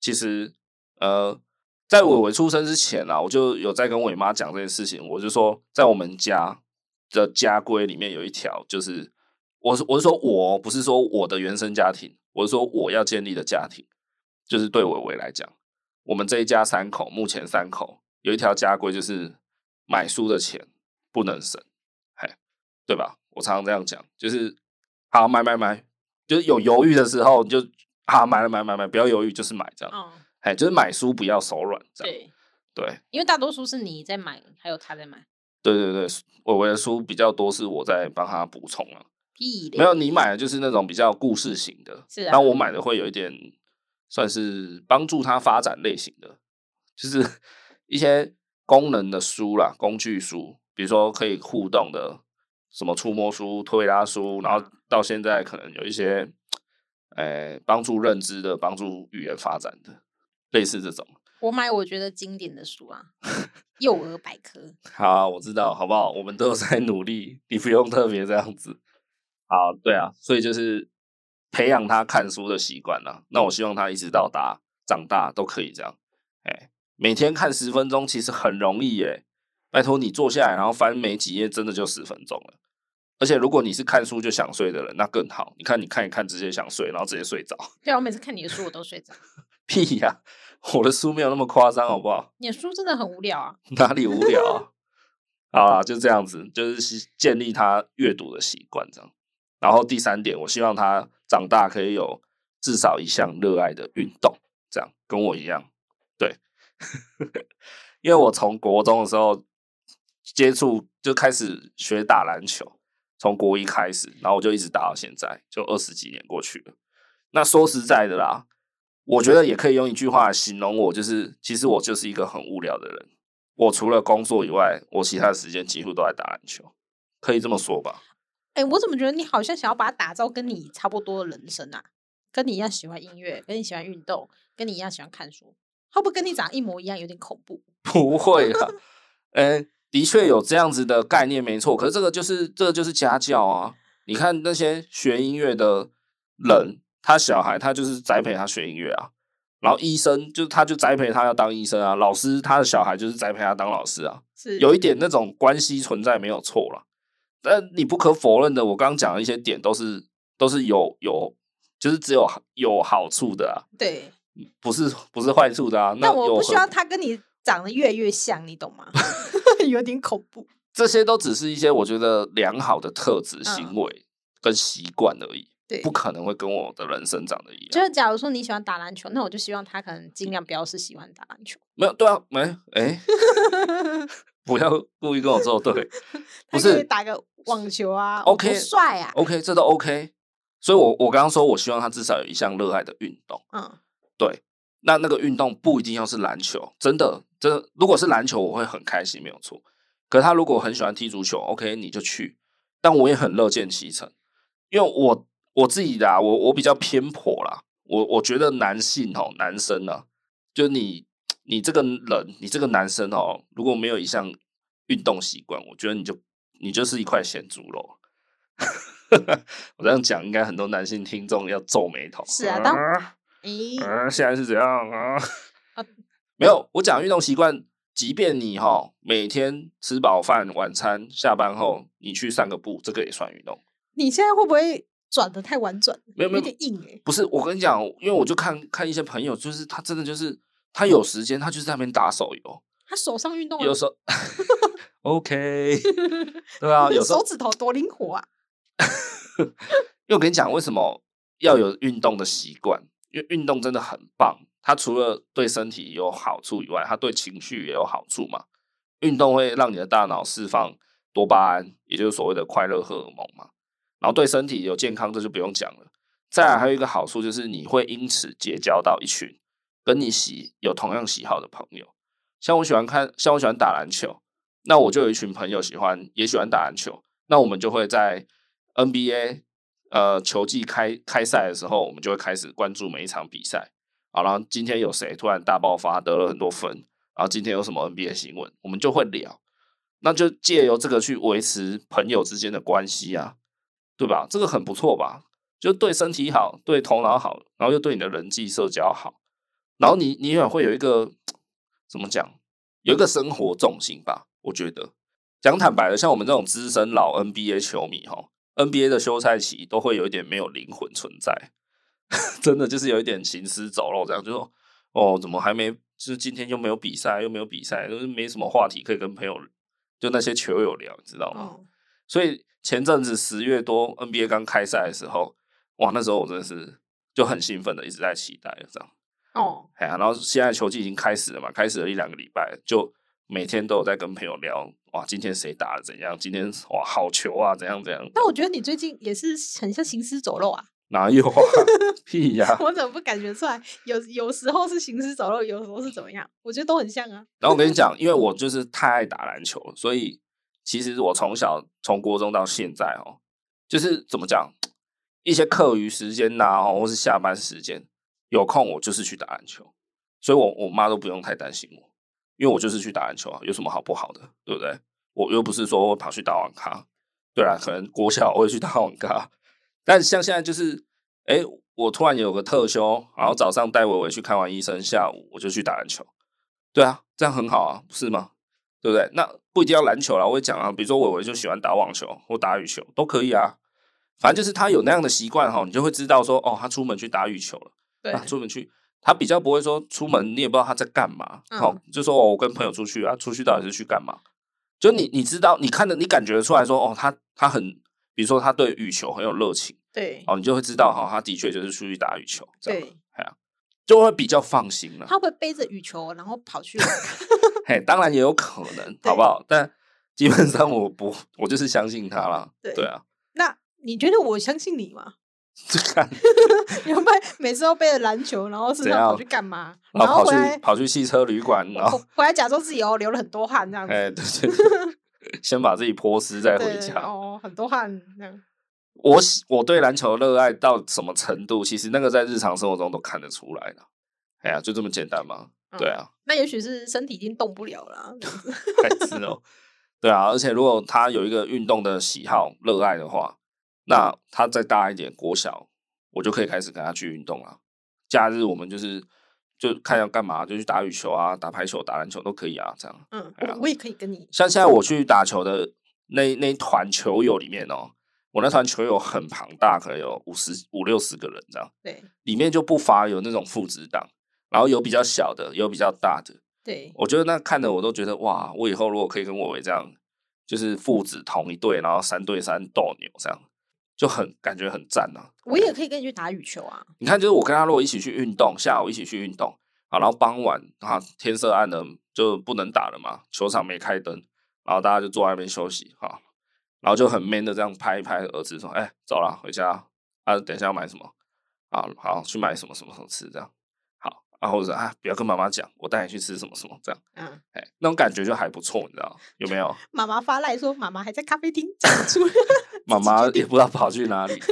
其实呃，在伟伟出生之前啊，我就有在跟伟妈讲这件事情。我就说，在我们家的家规里面有一条，就是我是我是说我不是说我的原生家庭，我是说我要建立的家庭，就是对伟伟来讲，我们这一家三口，目前三口有一条家规就是买书的钱不能省，嘿，对吧？我常常这样讲，就是好买买买，就是有犹豫的时候你就啊买了买买买，不要犹豫，就是买这样。嗯，哎，就是买书不要手软，这样对，对啊因为大多数是你在买，还有他在买，对对对，伟伟的书比较多，是我在帮他补充啊。屁嘞没有，你买的就是那种比较故事型的，是啊然后我买的会有一点算是帮助他发展类型的，就是 [laughs] 一些功能的书啦，工具书，比如说可以互动的，什么触摸书、推拉书，然后到现在可能有一些，呃，帮助认知的、帮助语言发展的，类似这种。我买我觉得经典的 [laughs] 书啊，《幼儿百科》好，我知道，好不好？我们都有在努力，你不用特别这样子。好，对啊，所以就是培养他看书的习惯啦。那我希望他一直到大长大都可以这样。哎、每天看十分钟其实很容易耶、拜托你坐下来，然后翻没几页，真的就十分钟了。而且如果你是看书就想睡的人，那更好。你看，你看一看，直接想睡，然后直接睡着。 [laughs] 对啊，我每次看你的书我都睡着，屁呀、我的书没有那么夸张，好不好？你的书真的很无聊啊。哪里无聊、啊？好啦，就这样子，就是习建立他阅读的习惯这样。然后第三点，我希望他长大可以有至少一项热爱的运动，这样跟我一样，对。 [laughs] 因为我从国中的时候接触就开始学打篮球，从国一开始，然后我就一直打到现在，就二十几年过去了。那说实在的啦，我觉得也可以用一句话来形容我，就是其实我就是一个很无聊的人。我除了工作以外，我其他的时间几乎都在打篮球，可以这么说吧？ [laughs] 哎、我怎么觉得你好像想要把它打造跟你差不多的人生啊？跟你一样喜欢音乐，跟你喜欢运动，跟你一样喜欢看书，会不会跟你长一模一样，有点恐怖？不会啦，嗯、的确有这样子的概念，没错。可是这个就是这个就是家教啊！你看那些学音乐的人，他小孩他就是栽培他学音乐啊，然后医生就他就栽培他要当医生啊，老师他的小孩就是栽培他当老师啊。是有一点那种关系存在没有错啦。但你不可否认的，我刚刚讲的一些点都是都是有有，就是只有有好处的啊，对，不是不是坏处的啊。那但我有不何希望他跟你长得越来越像，你懂吗？ [laughs] 有点恐怖。这些都只是一些我觉得良好的特质、行嗯为跟习惯而已，对不，可能啊会跟我的人生长得一就样。是假如说你喜欢打篮球，那我就希望他可能尽量不要是喜欢打篮球。没有对啊，没哎，诶不要故意跟我作 [laughs] 对，不他可以是打个网球啊 OK 我多帅啊， OK，这都 OK。所以我，我刚刚说，我希望他至少有一项热爱的运动。嗯，那那个运动不一定要是篮球，真的，真的，如果是篮球，我会很开心，没有错。可是他如果很喜欢踢足球，OK，你就去。但我也很乐见其成，因为我我自己啦，我我比较偏颇啦，我我觉得男性哦，男生呢、啊，就你你这个人，你这个男生哦，如果没有一项运动习惯，我觉得你就你就是一块咸猪肉。 [laughs] 我这样讲，应该很多男性听众要皱眉头。是啊当嗯咦、啊，现在是怎样啊啊？没有，我讲运动习惯，即便你哈每天吃饱饭、晚餐、下班后你去散个步，这个也算运动。你现在会不会转的太婉转了？没有没有点硬哎、不是，我跟你讲，因为我就看看一些朋友，就是他真的就是他有时间，他就是在那边打手游，他手上运动有了，时候 [laughs] OK，对啊，有时候手指头多灵活啊！因为我跟你讲，为什么要有运动的习惯？因为运动真的很棒，它除了对身体有好处以外，它对情绪也有好处嘛。运动会让你的大脑释放多巴胺，也就是所谓的快乐荷尔蒙嘛。然后对身体有健康，这就不用讲了。再来还有一个好处就是，你会因此结交到一群跟你喜有同样喜好的朋友。像我喜欢看，像我喜欢打篮球，那我就有一群朋友喜欢，也喜欢打篮球。那我们就会在 NBA 呃球季开开赛的时候，我们就会开始关注每一场比赛。好，然后今天有谁突然大爆发，得了很多分，然后今天有什么 NBA 新闻，我们就会聊。那就借由这个去维持朋友之间的关系啊，对吧？这个很不错吧？就对身体好，对头脑好，然后又对你的人际社交好，然后你你也会有一个怎么讲，有一个生活重心吧？我觉得讲坦白的，像我们这种资深老 NBA 球迷哈，NBA 的休赛期都会有一点没有灵魂存在， [laughs] 真的就是有一点行尸走肉这样，就说哦，怎么还没？就是今天又没有比赛，又没有比赛，就是没什么话题可以跟朋友，就那些球友聊，你知道吗？哦，所以前阵子十月多 NBA 刚开赛的时候，哇，那时候我真的是就很兴奋的，一直在期待这样。哦，哎呀，然后现在球季已经开始了嘛，开始了一两个礼拜，就每天都有在跟朋友聊，哇，今天谁打的怎样？今天哇，好球啊，怎样怎样？但我觉得你最近也是很像行尸走肉啊！ [laughs] 哪有啊？ [laughs] 屁呀、我怎么不感觉出来？有有时候是行尸走肉，有时候是怎么样？我觉得都很像啊。然后我跟你讲，因为我就是太爱打篮球了，所以其实我从小从国中到现在哦，就是怎么讲，一些课余时间呐、哦，或是下班时间有空，我就是去打篮球，所以我我妈都不用太担心我，因为我就是去打篮球啊，有什么好不好的，对不对？我又不是说我跑去打网咖，对啦，可能国小我会去打网咖，但像现在就是，哎，我突然有个特休，然后早上带伟伟去看完医生，下午我就去打篮球。对啊，这样很好啊，不是吗？对不对？那不一定要篮球啦，我也讲啊，比如说伟伟就喜欢打网球或打羽球都可以啊，反正就是他有那样的习惯哈，你就会知道说哦，他出门去打羽球了，对啊，出门去。他比较不会说出门，你也不知道他在干嘛。嗯好、就说、哦、我跟朋友出去啊，出去到底是去干嘛？就你你知道，你看的你感觉得出来说，哦，他他很，比如说他对羽球很有热情，对哦，你就会知道哈、他的确就是出去打羽球，这样嗯对，就会比较放心了。他会背着羽球然后跑去玩嘿，当然也有可能，好不好？但基本上我不，我就是相信他啦。对对啊，那你觉得我相信你吗？ [laughs] 就看你会不会每次都背着篮球，然后身怎上样跑去干嘛？然后跑回去来跑去汽车旅馆，然 [laughs] 后回回来假装自己哦流了很多汗这样子，哎，对对对，先把自己泼湿再回对家。哦很多汗这样。我喜我对篮球热爱到什么程度，其实那个在日常生活中都看得出来了。哎呀，就这么简单嘛。对嗯啊，那也许是身体已经动不了了啊，这样子白痴哦。 [laughs] 对啊，而且如果他有一个运动的喜好、热爱的话，那他再大一点，国小我就可以开始跟他去运动了。假日我们就是就看要干嘛，就去打羽球啊、打排球、打篮球都可以啊，这样。嗯哎呀，我我也可以跟你像现在我去打球的那那一团球友里面哦，我那团球友很庞大，可能有五十五六十个人这样，对里面就不乏有那种父子档，然后有比较小的，有比较大的。对我觉得那看的我都觉得哇，我以后如果可以跟伟伟这样，就是父子同一队，然后三对三斗牛这样，就很感觉很赞啊。我也可以跟你去打羽球啊，你看，就是我跟他如果一起去运动，下午一起去运动啊，然后傍晚啊天色暗了就不能打了嘛，球场没开灯，然后大家就坐在那边休息哈、然后就很 man 的这样拍一拍儿子说：“哎、走了，回家啊，等一下要买什么啊？好，去买什么什么什么吃这样。”好，然后我说：“啊，不要跟妈妈讲，我带你去吃什么什么这样。”嗯，哎，那种感觉就还不错，你知道有没有？妈妈发赖说妈妈还在咖啡厅讲出 [laughs] 妈妈也不知道跑去哪里了。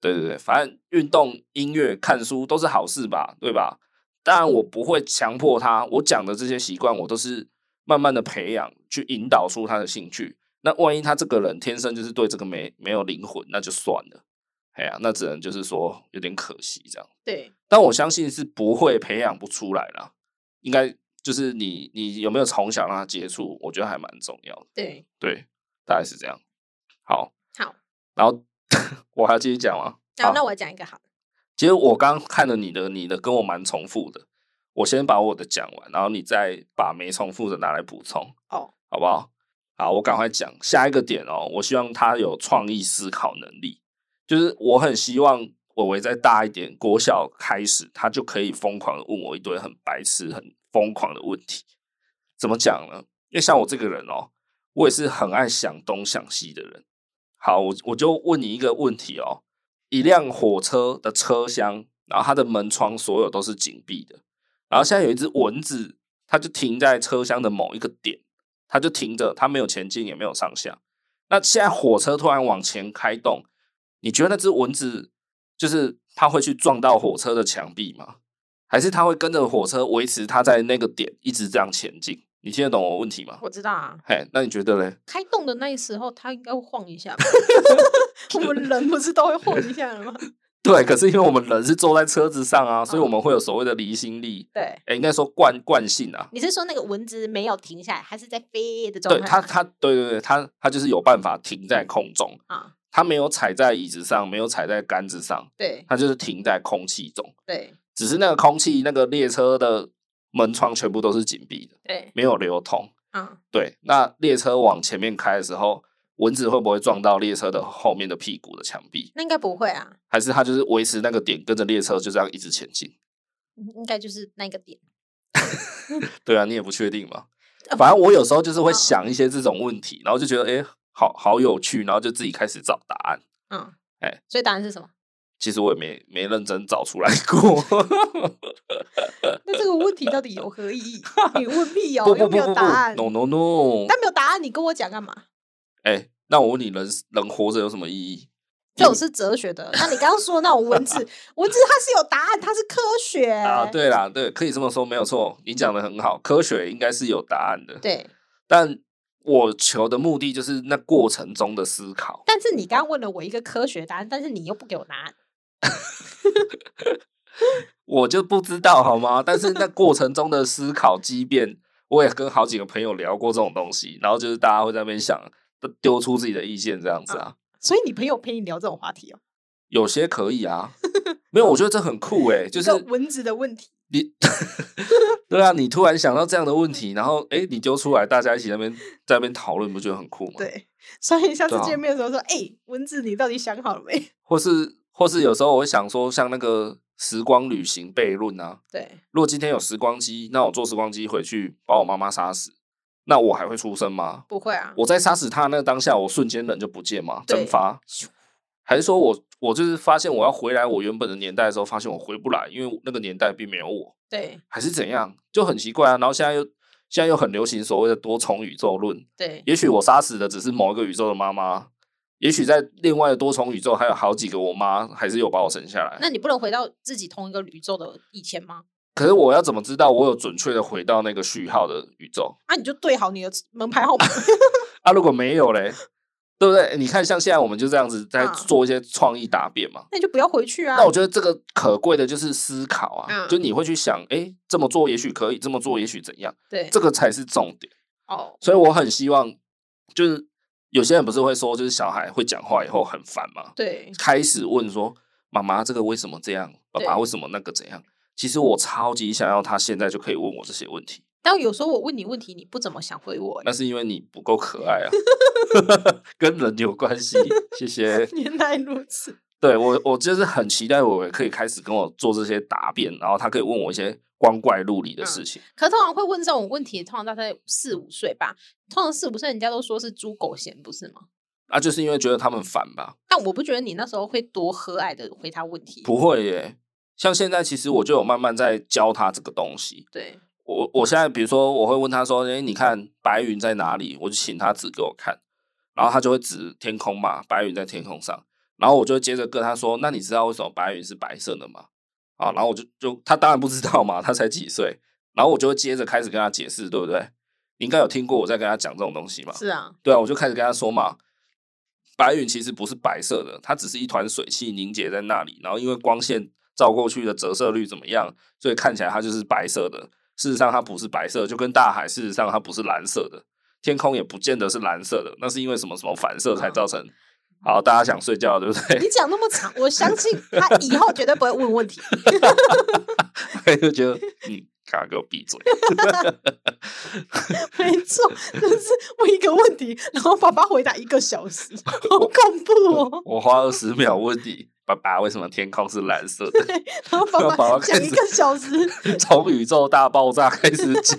对对对，反正运动、音乐、看书都是好事吧，对吧？当然，我不会强迫他，我讲的这些习惯，我都是慢慢的培养，去引导出他的兴趣。那万一他这个人天生就是对这个没没有灵魂，那就算了。哎呀，那只能就是说有点可惜这样。对但我相信是不会培养不出来啦，应该就是你你有没有从小让他接触，我觉得还蛮重要的。对，对，大概是这样。好，好，然后 [laughs] 我还要继续讲吗？那好那我讲一个好了，其实我刚看了你的，你的跟我蛮重复的。我先把我的讲完，然后你再把没重复的拿来补充，哦，好不好？好，我赶快讲下一个点哦。我希望他有创意思考能力，就是我很希望伟伟再大一点，国小开始他就可以疯狂的问我一堆很白痴、很疯狂的问题。怎么讲呢？因为像我这个人哦，我也是很爱想东想西的人。好，我我就问你一个问题哦，一辆火车的车厢，然后它的门窗所有都是紧闭的，然后现在有一只蚊子，它就停在车厢的某一个点，它就停着，它没有前进，也没有上下。那现在火车突然往前开动，你觉得那只蚊子就是它会去撞到火车的墙壁吗？还是它会跟着火车维持它在那个点一直这样前进？你听得懂我问题吗？我知道啊，嘿，那你觉得嘞？开动的那时候他应该会晃一下吧， [laughs] 我们人不是都会晃一下的吗？ [laughs] 对，可是因为我们人是坐在车子上啊，所以我们会有所谓的离心力， [laughs] 对，哎、应该说惯惯性啊。你是说那个蚊子没有停下来，还是在飞的状对态？他，他对对对，他他就是有办法停在空中啊，他没有踩在椅子上，没有踩在杆子上，对他就是停在空气中。对只是那个空气，那个列车的门窗全部都是紧闭的，对，没有流通。嗯，对，那列车往前面开的时候，蚊子会不会撞到列车的后面的屁股的墙壁？那应该不会啊，还是它就是维持那个点，跟着列车就这样一直前进？应该就是那个点。对啊，你也不确定嘛。反正我有时候就是会嗯想一些这种问题，然后就觉得诶，好好有趣，然后就自己开始找答案。嗯，哎，所以答案是什么？其实我也没没认真找出来过。那这个问题到底有何 [laughs] 意义？你问屁哦，不不又不没不 [laughs] 有不答案， ，no no no！但没有答案，你跟我讲干嘛？哎、那我问你人，人活着有什么意义？这嗯种是哲学的。那你刚刚说那 [laughs] 种文字，文字它是有答案，它是科学啊，对啦，对，可以这么说，没有错。你讲的很好，科学应该是有答案的。对但我求的目的就是那过程中的思考。但是你刚刚问了我一个科学答案，但是你又不给我答案。我就不知道好吗？但是那过程中的思考激变，我也跟好几个朋友聊过这种东西，然后就是大家会在那边想丢出自己的意见这样子啊，所以你朋友陪你聊这种话题哦，有些可以啊，没有，我觉得这很酷诶、就是一个文字的问题。你对啊，你突然想到这样的问题，然后诶、你丢出来，大家一起在那边在那边讨论，你不觉得很酷吗？，对，所以下次对啊见面的时候说：“哎、文字，你到底想好了 [laughs] 没或是或是有时候我会想说，像那个时光旅行悖论啊，？”对，如果今天有时光机，那我坐时光机回去把我妈妈杀死，那我还会出生吗？不会啊，我在杀死她的那个当下，我瞬间人就不见吗？对蒸发？还是说我我就是发现我要回来我原本的年代的时候，发现我回不来，因为那个年代并没有我，对还是怎样，就很奇怪啊。然后现在又现在又很流行所谓的多重宇宙论，对也许我杀死的只是某一个宇宙的妈妈，也许在另外的多重宇宙还有好几个我妈还是有把我生下来。那你不能回到自己同一个宇宙的以前吗？可是我要怎么知道我有准确的回到那个序号的宇宙？啊，你就对好你的门牌号码。 [laughs] 啊，如果没有嘞，对不对？你看，像现在我们就这样子在嗯做一些创意答辩嘛。那你就不要回去啊。 [laughs] 那我觉得这个可贵的就是思考啊，嗯就你会去想，诶，这么做也许可以，这么做也许怎样，对这个才是重点。哦，所以我很希望，就是有些人不是会说，就是小孩会讲话以后很烦嘛，对开始问说：“妈妈，这个为什么这样？爸爸对为什么那个怎样？”其实我超级想要他现在就可以问我这些问题，但有时候我问你问题，你不怎么想回我、那是因为你不够可爱啊， [laughs] 跟人有关系。谢谢。 [laughs] 原来如此，对我，我就是很期待我可以开始跟我做这些答辩，然后他可以问我一些光怪陆离的事情。可通常会问这种问题，通常大概四五岁吧。通常四五岁，人家都说是猪狗嫌，不是吗？啊，就是因为觉得他们烦吧？但我不觉得你那时候会多和蔼的回答问题。不会耶。像现在，其实我就有慢慢在教他这个东西。对我我现在比如说，我会问他说：“哎、你看白云在哪里？”我就请他指给我看，然后他就会指天空嘛，白云在天空上。然后我就会接着跟他说：“那你知道为什么白云是白色的吗？”啊，然后我就就他当然不知道嘛，他才几岁。然后我就会接着开始跟他解释，对不对？你应该有听过我在跟他讲这种东西嘛？是啊，对啊，我就开始跟他说嘛，白云其实不是白色的，它只是一团水汽凝结在那里，然后因为光线照过去的折射率怎么样，所以看起来它就是白色的。事实上它不是白色，就跟大海事实上它不是蓝色的，天空也不见得是蓝色的，那是因为什么什么反射才造成。好，大家想睡觉对不你对？ [laughs] 讲那么长，我相信他以后绝对不会问问题。就觉得嗯，赶快给我闭嘴。 [laughs] 没错，就是问一个问题，然后爸爸回答一个小时，好恐怖哦！我花二十秒问你，爸爸为什么天空是蓝色的？然后爸爸爸爸开讲始一个小时， [laughs] 从宇宙大爆炸开始讲，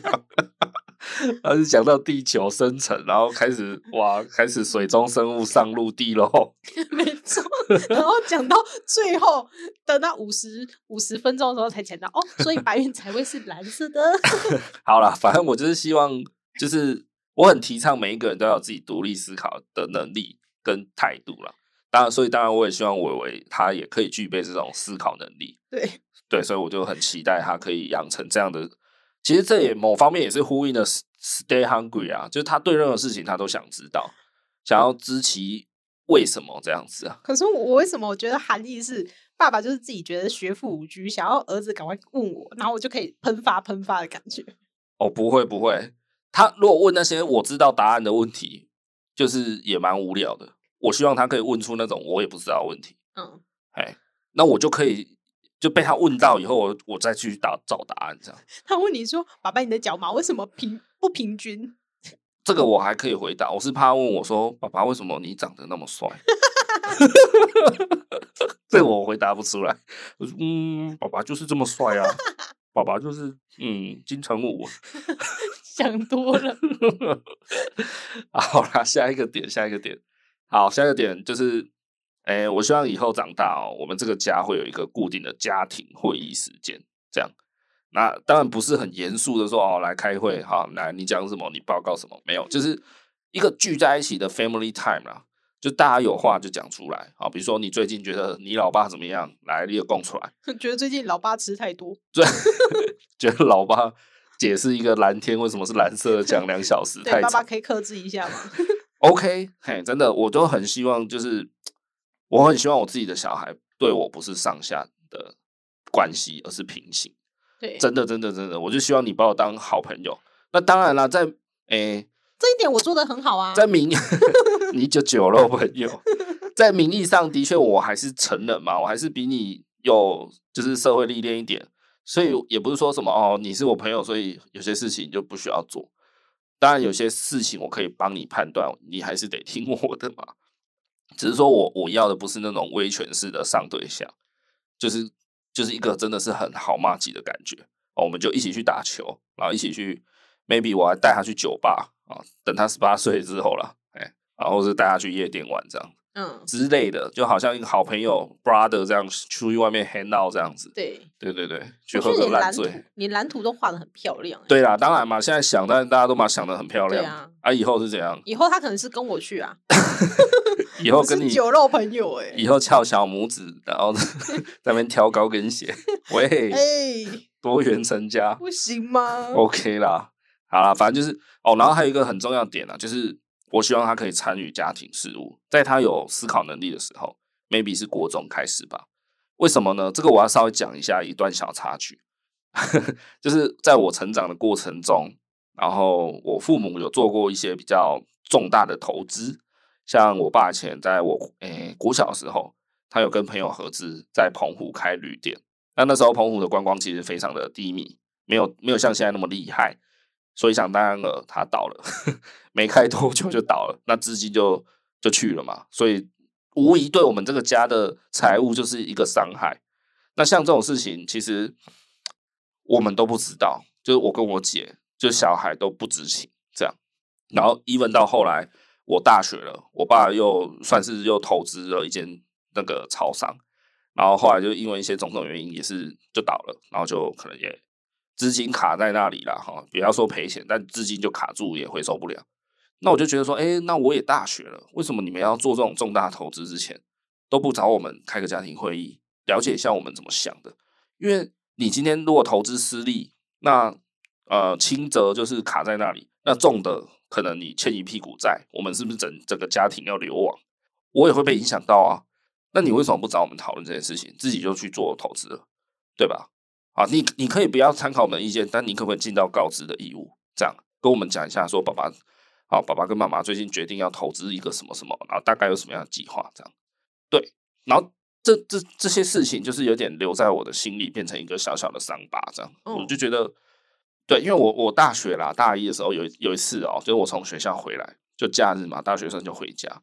然后就讲到地球生成，然后开始哇，开始水中生物上陆地喽。没错，然后讲到最后，等到五十五十分钟的时候才讲到哦，所以白云才会是蓝色的。 [laughs] 好啦，反正我就是希望，就是我很提倡每一个人都要有自己独立思考的能力跟态度啦。当然，所以当然我也希望伟伟他也可以具备这种思考能力。对，对，所以我就很期待他可以养成这样的。其实这也某方面也是呼应了 s- “stay hungry” 啊，就是他对任何事情他都想知道，想要知其为什么这样子啊。可是我我为什么我觉得含义是爸爸就是自己觉得学富五居，想要儿子赶快问我，然后我就可以喷发喷发的感觉。哦，不会不会，他如果问那些我知道答案的问题，就是也蛮无聊的。我希望他可以问出那种我也不知道的问题，嗯，哎，那我就可以就被他问到以后，我我再去打找答案这样。他问你说：“爸爸，你的脚毛为什么平不平均这个我还可以回答，我是怕他问我说：“爸爸，为什么你长得那么帅？”这个我回答不出来。我说：“嗯，爸爸就是这么帅啊，爸爸就是嗯金城武。？” [laughs] 想多了。好啦，下一个点，下一个点，好，下一个点就是，哎、我希望以后长大哦，我们这个家会有一个固定的家庭会议时间，这样。那当然不是很严肃的说哦，来开会，好，来你讲什么，你报告什么，没有，就是一个聚在一起的 family time 啦，就大家有话就讲出来啊，比如说你最近觉得你老爸怎么样，来，你也供出来， [laughs] [laughs] 觉得最近老爸吃太多，最觉得老爸解释一个蓝天为什么是蓝色的，讲两小时，对太爸长爸。可以克制一下嘛？ OK，嘿，真的，我都很希望，就是我很希望我自己的小孩对我不是上下的关系，而是平行。 [laughs] 对，真的，真的，真的，我就希望你把我当好朋友，那当然了，在诶、这一点我做的很好啊。在名， [laughs] 你就酒肉朋友，在名义上的确我还是成人嘛，我还是比你有就是社会历练一点，所以也不是说什么哦，你是我朋友，所以有些事情就不需要做。当然，有些事情我可以帮你判断，你还是得听我的嘛。只是说我我要的不是那种威权式的上对象，就是就是一个真的是很好骂级的感觉。哦，我们就一起去打球，然后一起去，maybe 我还带他去酒吧啊，等他十八岁之后啦，哎、然后是带他去夜店玩这样嗯，之类的，就好像一个好朋友 brother 这样出去外面 hang out 这样子，对，对对对，去我喝觉得个你烂蓝图醉。，你蓝图都画的很漂亮、欸。对啦，当然嘛，现在想，但是大家都把它想的很漂亮对啊以后是怎样？以后他可能是跟我去啊，以后我跟是你酒肉朋友哎、以后翘小拇指，然后 [laughs] 在那边挑高跟 [laughs] 鞋，喂，哎、多元成家，不行吗？ OK 啦，好啦，反正就是哦，然后还有一个很重要的点啊，就是我希望他可以参与家庭事务，在他有思考能力的时候，maybe 是国中开始吧。为什么呢？这个我要稍微讲一下一段小插曲， [laughs] 就是在我成长的过程中，然后我父母有做过一些比较重大的投资，像我爸以前在我诶、国小的时候，他有跟朋友合资在澎湖开旅店，那那时候澎湖的观光其实非常的低迷，没有没有像现在那么厉害，所以想当然了，他倒了， [laughs] 没开多久就倒了，那资金就就去了嘛，所以无疑对我们这个家的财务就是一个伤害。那像这种事情，其实我们都不知道，就是我跟我姐，就小孩都不知情这样。然后 even 到后来我大学了，我爸又算是又投资了一间那个超商，然后后来就因为一些种种原因，也是就倒了，然后就可能也资金卡在那里啦，哈，不要说赔钱，但资金就卡住，也回收不了。那我就觉得说，哎、那我也大学了，为什么你们要做这种重大投资之前都不找我们开个家庭会议，了解一下我们怎么想的？因为你今天如果投资失利，那呃轻则就是卡在那里，那重的可能你欠一屁股债，我们是不是整整个家庭要流亡？我也会被影响到啊。那你为什么不找我们讨论这件事情，自己就去做投资了，对吧？啊，你你可以不要参考我们的意见，但你可不可以尽到告知的义务？这样跟我们讲一下，说爸爸，啊，爸爸跟妈妈最近决定要投资一个什么什么，然后大概有什么样的计划？这样对，然后这这这些事情就是有点留在我的心里，变成一个小小的伤疤。这样，我嗯就觉得，对，因为我我大学啦，大一的时候有一有一次哦、就是我从学校回来，就假日嘛，大学生就回家，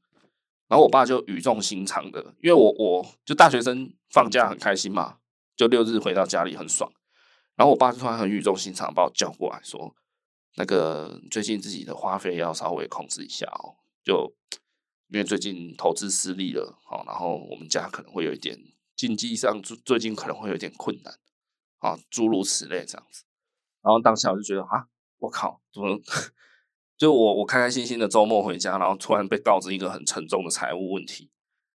然后我爸就语重心长的，因为我我就大学生放假很开心嘛，就六日回到家里很爽。然后我爸就突然很语重心长把我叫过来说：“那个最近自己的花费要稍微控制一下哦，就因为最近投资失利了，好、然后我们家可能会有一点经济上最最近可能会有点困难啊，诸如此类这样子。”然后当下我就觉得啊，我靠，怎么？就我我开开心心的周末回家，然后突然被告知一个很沉重的财务问题，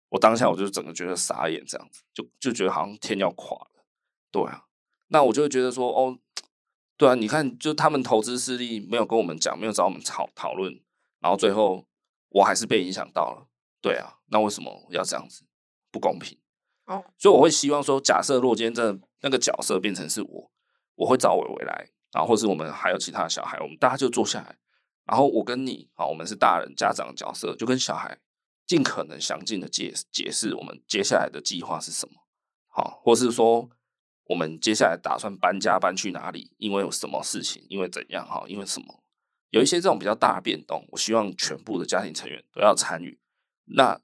我当下我就整个觉得傻眼，这样子就就觉得好像天要垮了，对啊，那我就会觉得说，哦，对啊，你看，就他们投资势力没有跟我们讲，没有找我们讨讨论，然后最后我还是被影响到了，对啊，那为什么要这样子？不公平。哦，所以我会希望说，假设如果今天真的那个角色变成是我，我会找伟伟来，然后或是我们还有其他的小孩，我们大家就坐下来，然后我跟你，好，我们是大人家长的角色，就跟小孩尽可能详尽的解解释我们接下来的计划是什么，好，或是说我们接下来打算搬家搬去哪里，因为有什么事情，因为怎样哈，因为什么，有一些这种比较大的变动，我希望全部的家庭成员都要参与。那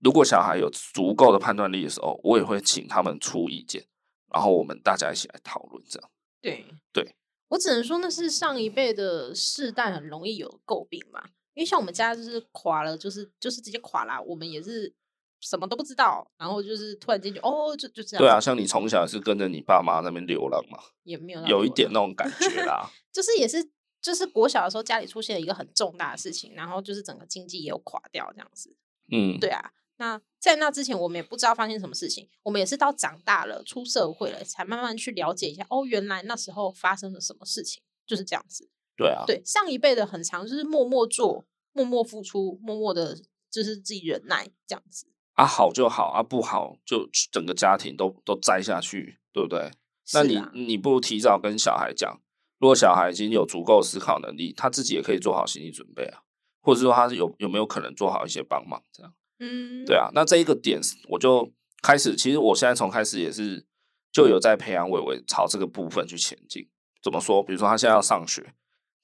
如果小孩有足够的判断力的时候，我也会请他们出意见，然后我们大家一起来讨论这样。对对，我只能说那是上一辈的世代很容易有诟病嘛，因为像我们家就是垮了，就是就是直接垮啦，我们也是什么都不知道，然后就是突然间就哦就就这样，对啊，，像你从小是跟着你爸妈那边流浪嘛，也没有到有一多点啦那种感觉 [laughs] 啦。就是也是就是国小的时候家里出现了一个很重大的事情，然后就是整个经济也有垮掉这样子，嗯，对啊。那在那之前，我们也不知道发生什么事情，我们也是到长大了、出社会了，才慢慢去了解一下。哦，原来那时候发生了什么事情，就是这样子。对啊，对，上一辈的很长就是默默做、默默付出、默默的，就是自己忍耐这样子。啊好就好，啊不好就整个家庭都都栽下去，对不对？那是你啊你不如提早跟小孩讲，如果小孩已经有足够思考能力，他自己也可以做好心理准备啊，或者是说他是有有没有可能做好一些帮忙这样。嗯，对啊，那这一个点我就开始，其实我现在从开始也是就有在培养伟伟朝这个部分去前进。怎么说？比如说他现在要上学，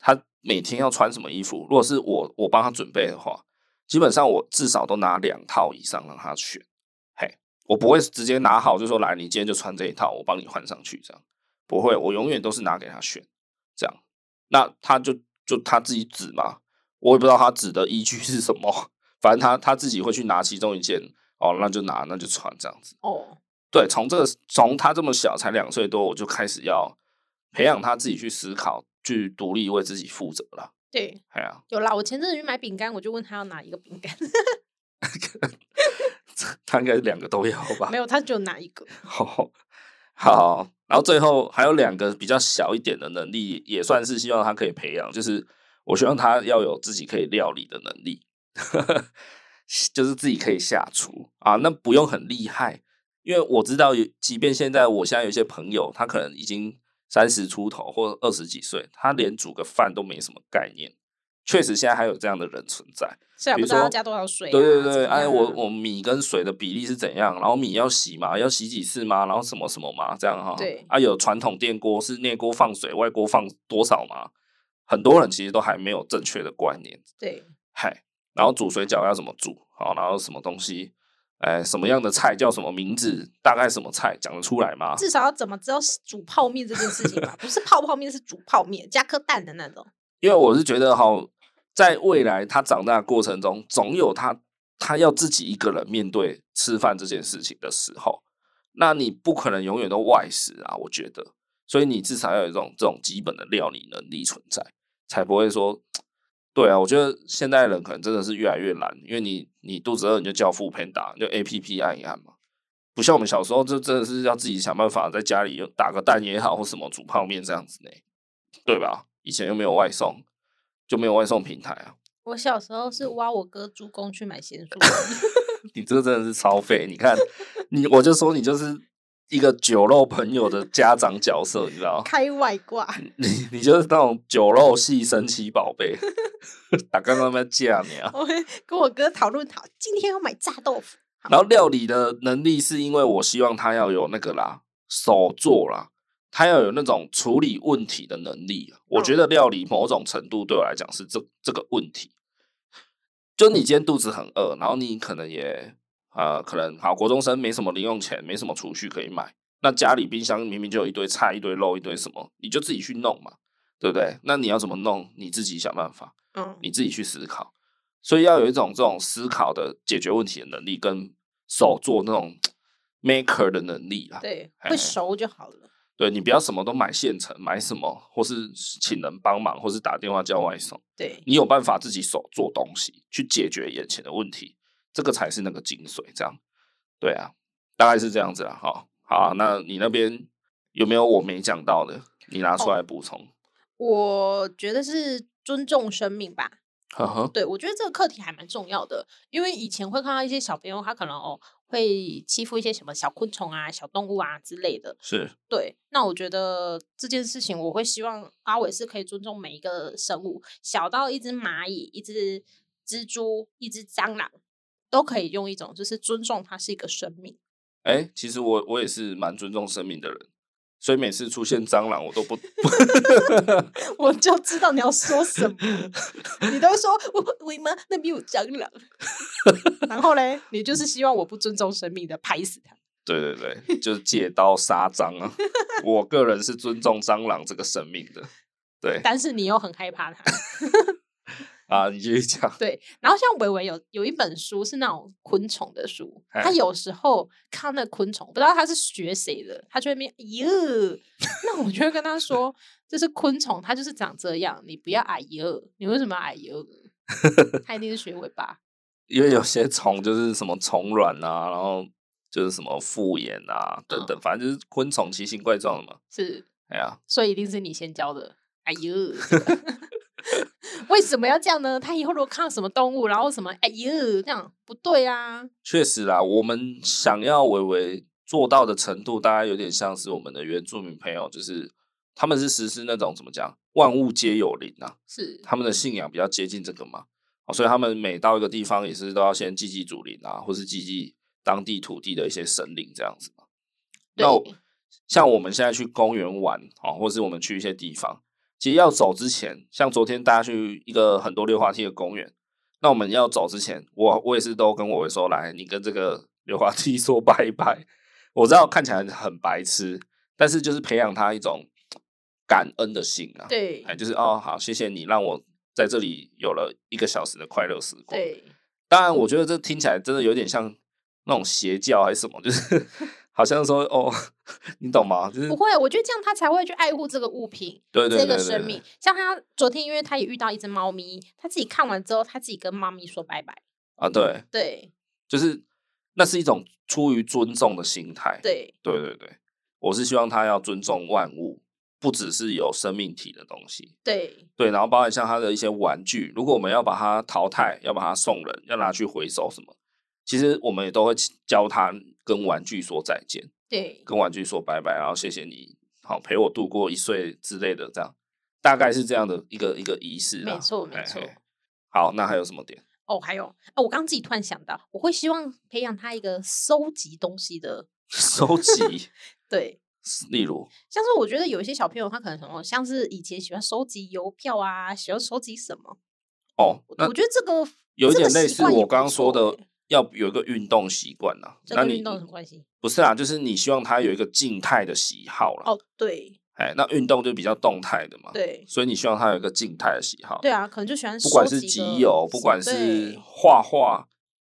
他每天要穿什么衣服？如果是我我帮他准备的话，基本上我至少都拿两套以上让他选。嘿，我不会直接拿好就说来，你今天就穿这一套，我帮你换上去这样。不会，我永远都是拿给他选这样。那他就就他自己指嘛，我也不知道他指的依据是什么。反正他他自己会去拿其中一件，哦，那就拿，那就穿这样子。哦，对，从这个从他这么小，才两岁多，我就开始要培养他自己去思考，去独立为自己负责了。对，哎呀， [laughs] 有啦。我前阵子去买饼干，我就问他要哪一个饼干， [laughs] 他应该是两个都要吧没？有，他就拿一个。 [laughs] 好，好，然后最后还有两个比较小一点的能力，也算是希望他可以培养，就是我希望他要有自己可以料理的能力， [laughs] 就是自己可以下厨啊，那不用很厉害，因为我知道有，即便现在我现在有一些朋友，他可能已经三十出头或二十几岁，他连煮个饭都没什么概念。确实，现在还有这样的人存在。虽然比不如知道要说加多少水、啊，对对怎对，么哎，样我啊我米跟水的比例是怎样？然后米要洗嘛，要洗几次嘛，然后什么什么嘛，这样哈。对啊，有传统电锅是内锅放水，外锅放多少嘛？很多人其实都还没有正确的观念，对嗨。然后煮水饺要怎么煮？好，然后什么东西？哎，什么样的菜叫什么名字？大概什么菜讲得出来吗？至少要怎么知道煮泡面这件事情吧？不是泡泡面，是煮泡面加颗蛋的那种。因为我是觉得哈，在未来他长大的过程中，总有他他要自己一个人面对吃饭这件事情的时候，那你不可能永远都外食啊，我觉得，所以你至少要有一种这种基本的料理能力存在，才不会说，对啊，我觉得现代人可能真的是越来越懒，因为你你肚子饿你就叫副片打，你就 A P P 按一按嘛。不像我们小时候，就真的是要自己想办法，在家里又打个蛋也好，或什么煮泡面这样子呢。对吧？以前又没有外送，就没有外送平台啊。我小时候是挖我哥猪公去买咸酥鸡你这个真的是超废！你看，你我就说你就是一个酒肉朋友的家长角色，你知道？ [laughs] 开外挂， [laughs] 你你就是那种酒肉系神奇宝贝，打刚刚在架你啊。我会跟我哥讨论好，今天要买炸豆腐。然后料理的能力是因为我希望他要有那个啦，手做啦，他要有那种处理问题的能力啊。我觉得料理某种程度对我来讲是这这个问题，就你今天肚子很饿，然后你可能也呃，可能好国中生没什么零用钱，没什么储蓄可以买，那家里冰箱明明就有一堆菜、一堆肉、一堆什么，你就自己去弄嘛，对不对？那你要怎么弄，你自己想办法。嗯，你自己去思考。所以要有一种这种思考的解决问题的能力，跟手做那种 maker 的能力啦。对，哎会熟就好了。对你不要什么都买现成，买什么或是请人帮忙，或是打电话叫外送，对，你有办法自己手做东西去解决眼前的问题，这个才是那个精髓。这样，对啊，大概是这样子啦。哈，好啊、那你那边有没有我没讲到的？你拿出来补充。 [laughs] 我觉得是尊重生命吧。呵呵，对，我觉得这个课题还蛮重要的，因为以前会看到一些小朋友，他可能哦会欺负一些什么小昆虫啊、小动物啊之类的。是对，那我觉得这件事情，我会希望阿伟是可以尊重每一个生物，小到一只蚂蚁、一只蜘蛛、一只蟑螂，都可以用一种就是尊重它是一个生命。哎、其实我我也是蛮尊重生命的人，所以每次出现蟑螂，我都不不我就知道你要说什么，你都会说我我妈那边有蟑螂，然后嘞，你就是希望我不尊重生命的拍死它。对对对，就是借刀杀蟑啊。我个人是尊重蟑螂这个生命的，对但是你又很害怕它。啊，你继续讲。 [laughs] 对，然后像伟伟有有一本书是那种昆虫的书，他哎有时候看到那昆虫，不知道他是学谁的，他就会面哟，那我就会跟他说，这是昆虫，它就是长这样，你不要哎哟，你为什么要哎哟？他一定是学尾巴，因为有些虫就是什么虫卵啊，然后就是什么复眼啊等等，反正就是昆虫奇形怪状的嘛。是，哎呀，所以一定是你先教的。哎呦， [laughs] 为什么要这样呢？他以后如果看到什么动物，然后什么哎呦，这样不对啊。确实啦，我们想要微微做到的程度，大概有点像是我们的原住民朋友，就是他们是实施那种怎么讲，万物皆有灵啊，是他们的信仰比较接近这个嘛，哦所以他们每到一个地方也是都要先祭祭祖灵啊，或是祭祭当地土地的一些神灵这样子嘛。对那我像我们现在去公园玩啊、哦，或是我们去一些地方，其实要走之前，像昨天大家去一个很多溜滑梯的公园，那我们要走之前，我我也是都跟我伟说，来，你跟这个溜滑梯说拜拜。我知道看起来很白痴，但是就是培养他一种感恩的心啊。对哎，就是哦，好，谢谢你让我在这里有了一个小时的快乐时光。对，当然，我觉得这听起来真的有点像那种邪教还是什么，就是 [laughs] 好像说哦，你懂吗？就是不会，我觉得这样他才会去爱护这个物品，对对对这对个生命。像他昨天，因为他也遇到一只猫咪，他自己看完之后，他自己跟猫咪说拜拜。啊，对，对就是那是一种出于尊重的心态。对对对对，我是希望他要尊重万物，不只是有生命体的东西。对对，然后包含像他的一些玩具，如果我们要把它淘汰，要把它送人，要拿去回收什么，其实我们也都会教他跟玩具说再见， [laughs] 对跟玩具说拜拜，然后谢谢你好陪我度过一岁之类的，这样大概是这样的一个一个仪式啦。没错没嘿错嘿好，那还有什么点？ [laughs] 哦，还有，哦，我刚刚自己突然想到，我会希望培养他一个收集东西的，收集，对，例如像是我觉得有一些小朋友他可能什么，像是以前喜欢收集邮票啊，喜欢收集什么，哦，那我觉得这个有一这个点类习似惯也我不刚刚说错的欸，要有一个运动习惯啦。这那跟你运动有什么关系？不是啊，就是你希望他有一个静态的喜好啦。哦，对哎，那运动就比较动态的嘛。对所以你希望他有一个静态的喜好。对，啊，可能就喜欢啊不管收是集集个邮，不管对是画画，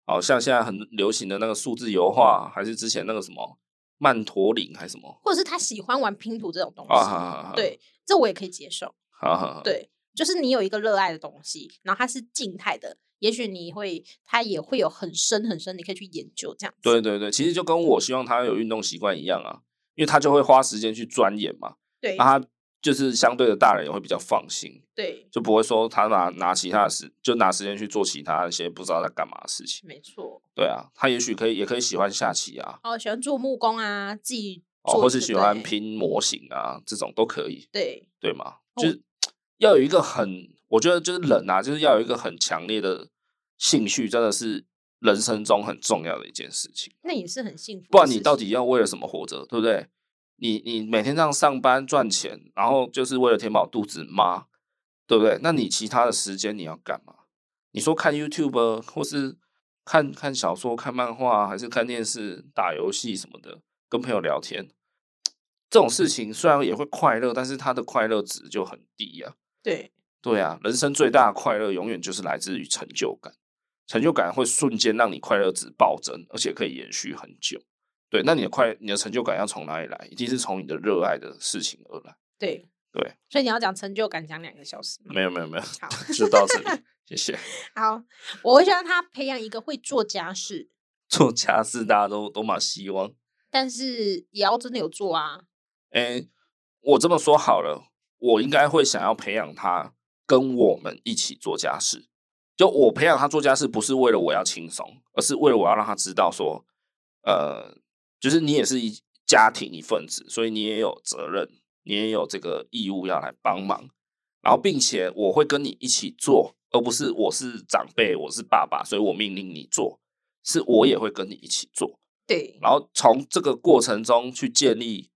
哦，像现在很流行的那个数字油画，还是之前那个什么曼陀林还是什么或者是他喜欢玩拼图这种东西，啊？哈哈啊哈，对，这我也可以接受。哈哈，哈，对，就是你有一个热爱的东西，然后它是静态的，也许你会，它也会有很深很深，你可以去研究这样子。对对对，其实就跟我希望他有运动习惯一样啊，因为他就会花时间去钻研嘛，对那他就是相对的大人也会比较放心，对，就不会说他拿拿其他的事，就拿时间去做其他一些不知道在干嘛的事情。没错。对啊，他也许可以也可以喜欢下棋啊，哦，喜欢做木工啊，自己哦，做、或是喜欢拼。拼模型啊，这种都可以，对对吗？哦就是要有一个很，我觉得就是人啊，就是要有一个很强烈的兴趣，真的是人生中很重要的一件事情。那也是很幸福。不然你到底要为了什么活着，对不对？你你每天这样上班赚钱，然后就是为了填饱肚子吗？对不对？那你其他的时间你要干嘛？你说看 YouTube 或是看看小说、看漫画，还是看电视、打游戏什么的，跟朋友聊天，这种事情虽然也会快乐，但是它的快乐值就很低啊呀、对对啊，人生最大的快乐永远就是来自于成就感，成就感会瞬间让你快乐值暴增，而且可以延续很久。对，那你的快，你的成就感要从哪里来？一定是从你的热爱的事情而来。对对，所以你要讲成就感，讲两个小时吗。没有没有没有， [laughs] 好就到这里，谢 [laughs] 谢。好，我会希望他培养一个会做家事，做家事大家都都蛮希望。但是也要真的有做啊。诶、我这么说好了，我应该会想要培养他跟我们一起做家事。就我培养他做家事，不是为了我要轻松，而是为了我要让他知道说，呃，就是你也是一家庭一份子，所以你也有责任，你也有这个义务要来帮忙。然后，并且我会跟你一起做，而不是我是长辈，我是爸爸，所以我命令你做，是我也会跟你一起做。对然后从这个过程中去建立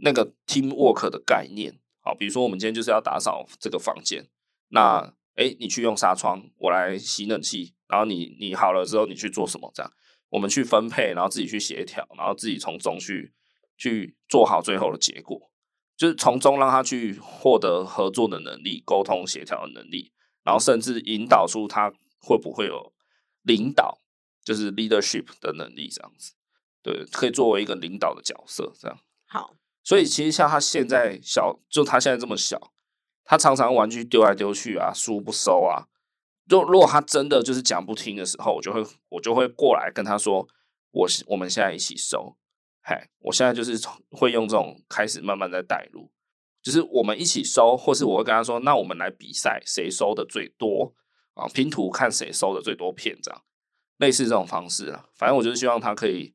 那个 team work 的概念。好，比如说我们今天就是要打扫这个房间，那诶你去用纱窗，我来洗冷气，然后你你好了之后你去做什么？这样我们去分配，然后自己去协调，然后自己从中去去做好最后的结果，就是从中让他去获得合作的能力、沟通协调的能力，然后甚至引导出他会不会有领导，就是 leadership 的能力这样子。对，可以作为一个领导的角色这样。好，所以其实像他现在小，就他现在这么小，他常常玩具丢来丢去啊，书不收啊。就如果他真的就是讲不听的时候，我就会我就会过来跟他说，我是我们现在一起收。嗨，我现在就是从会用这种开始慢慢在带入，就是我们一起收，或是我会跟他说，那我们来比赛，谁收的最多啊？拼图看谁收的最多片，这样类似这种方式啊啦。反正我就是希望他可以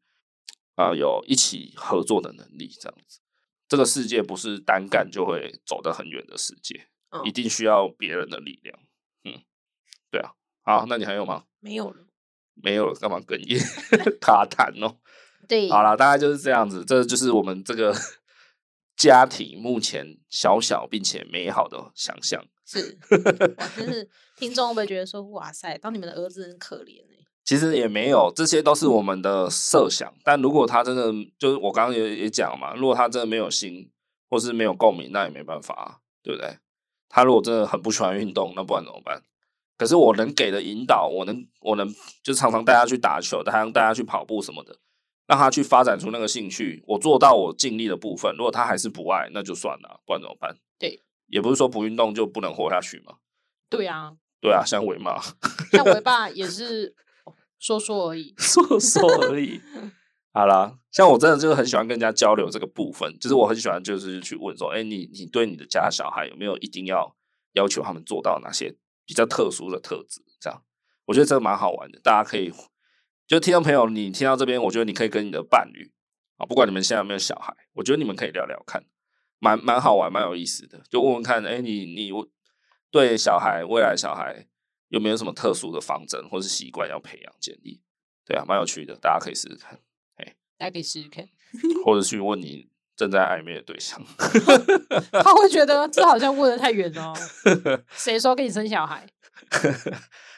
啊、呃有一起合作的能力，这样子。这个世界不是单干就会走得很远的世界，嗯一定需要别人的力量。嗯，对啊。好，那你还有吗？没有了。没有了，干嘛哽咽？ [laughs] 卡痰哦。对，好啦，大概就是这样子，这就是我们这个 [laughs] 家庭目前小小并且美好的想象。是，哇真是听众会不会觉得说，哇塞，当你们的儿子很可怜哎、其实也没有，这些都是我们的设想。但如果他真的就是我刚刚也也讲嘛，如果他真的没有心或是没有共鸣，那也没办法、啊，对不对？他如果真的很不喜欢运动，那不然怎么办？可是我能给的引导，我能我能就常常带他去打球，带他带他去跑步什么的，让他去发展出那个兴趣。我做到我尽力的部分，如果他还是不爱，那就算了啊、不然怎么办？对，也不是说不运动就不能活下去嘛。对啊，对啊，像伟嘛，像我爸也是哦说说而已。说 [laughs] 说而已。好啦，像我真的就是很喜欢跟人家交流这个部分，就是我很喜欢就是去问说，哎、你你对你的家小孩有没有一定要要求他们做到哪些比较特殊的特质？这样，我觉得这个蛮好玩的，大家可以就听众朋友，你听到这边，我觉得你可以跟你的伴侣啊，不管你们现在有没有小孩，我觉得你们可以聊聊看，蛮蛮好玩，蛮有意思的，就问问看，哎、你你我对小孩未来小孩有没有什么特殊的方针或是习惯要培养建立？对啊，蛮有趣的，大家可以试试看，大家可以试试看，或者去问你正在暧昧的对象。他会觉得这好像问的太远 [laughs] 了哦。谁说跟你生小孩？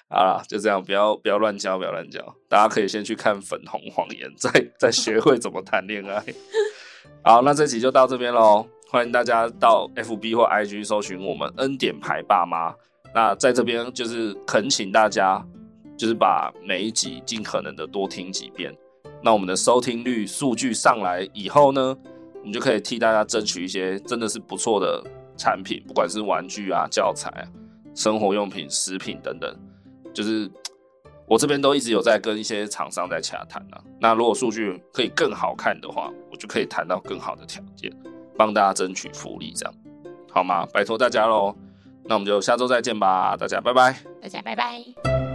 好啦，就这样，不要不要乱交，不要乱交。大家可以先去看《粉红谎言》，再再学会怎么谈恋爱。 [laughs] 好，那这集就到这边喽，欢迎大家到 FB 或 IG 搜寻我们恩典牌爸妈。那在这边就是恳请大家，就是把每一集尽可能的多听几遍。那我们的收听率数据上来以后呢，我们就可以替大家争取一些真的是不错的产品，不管是玩具啊、教材啊、生活用品、食品等等。就是我这边都一直有在跟一些厂商在洽谈啊。那如果数据可以更好看的话，我就可以谈到更好的条件，帮大家争取福利，这样好吗？拜托大家喽。那我们就下周再见吧，大家拜拜。大家拜拜。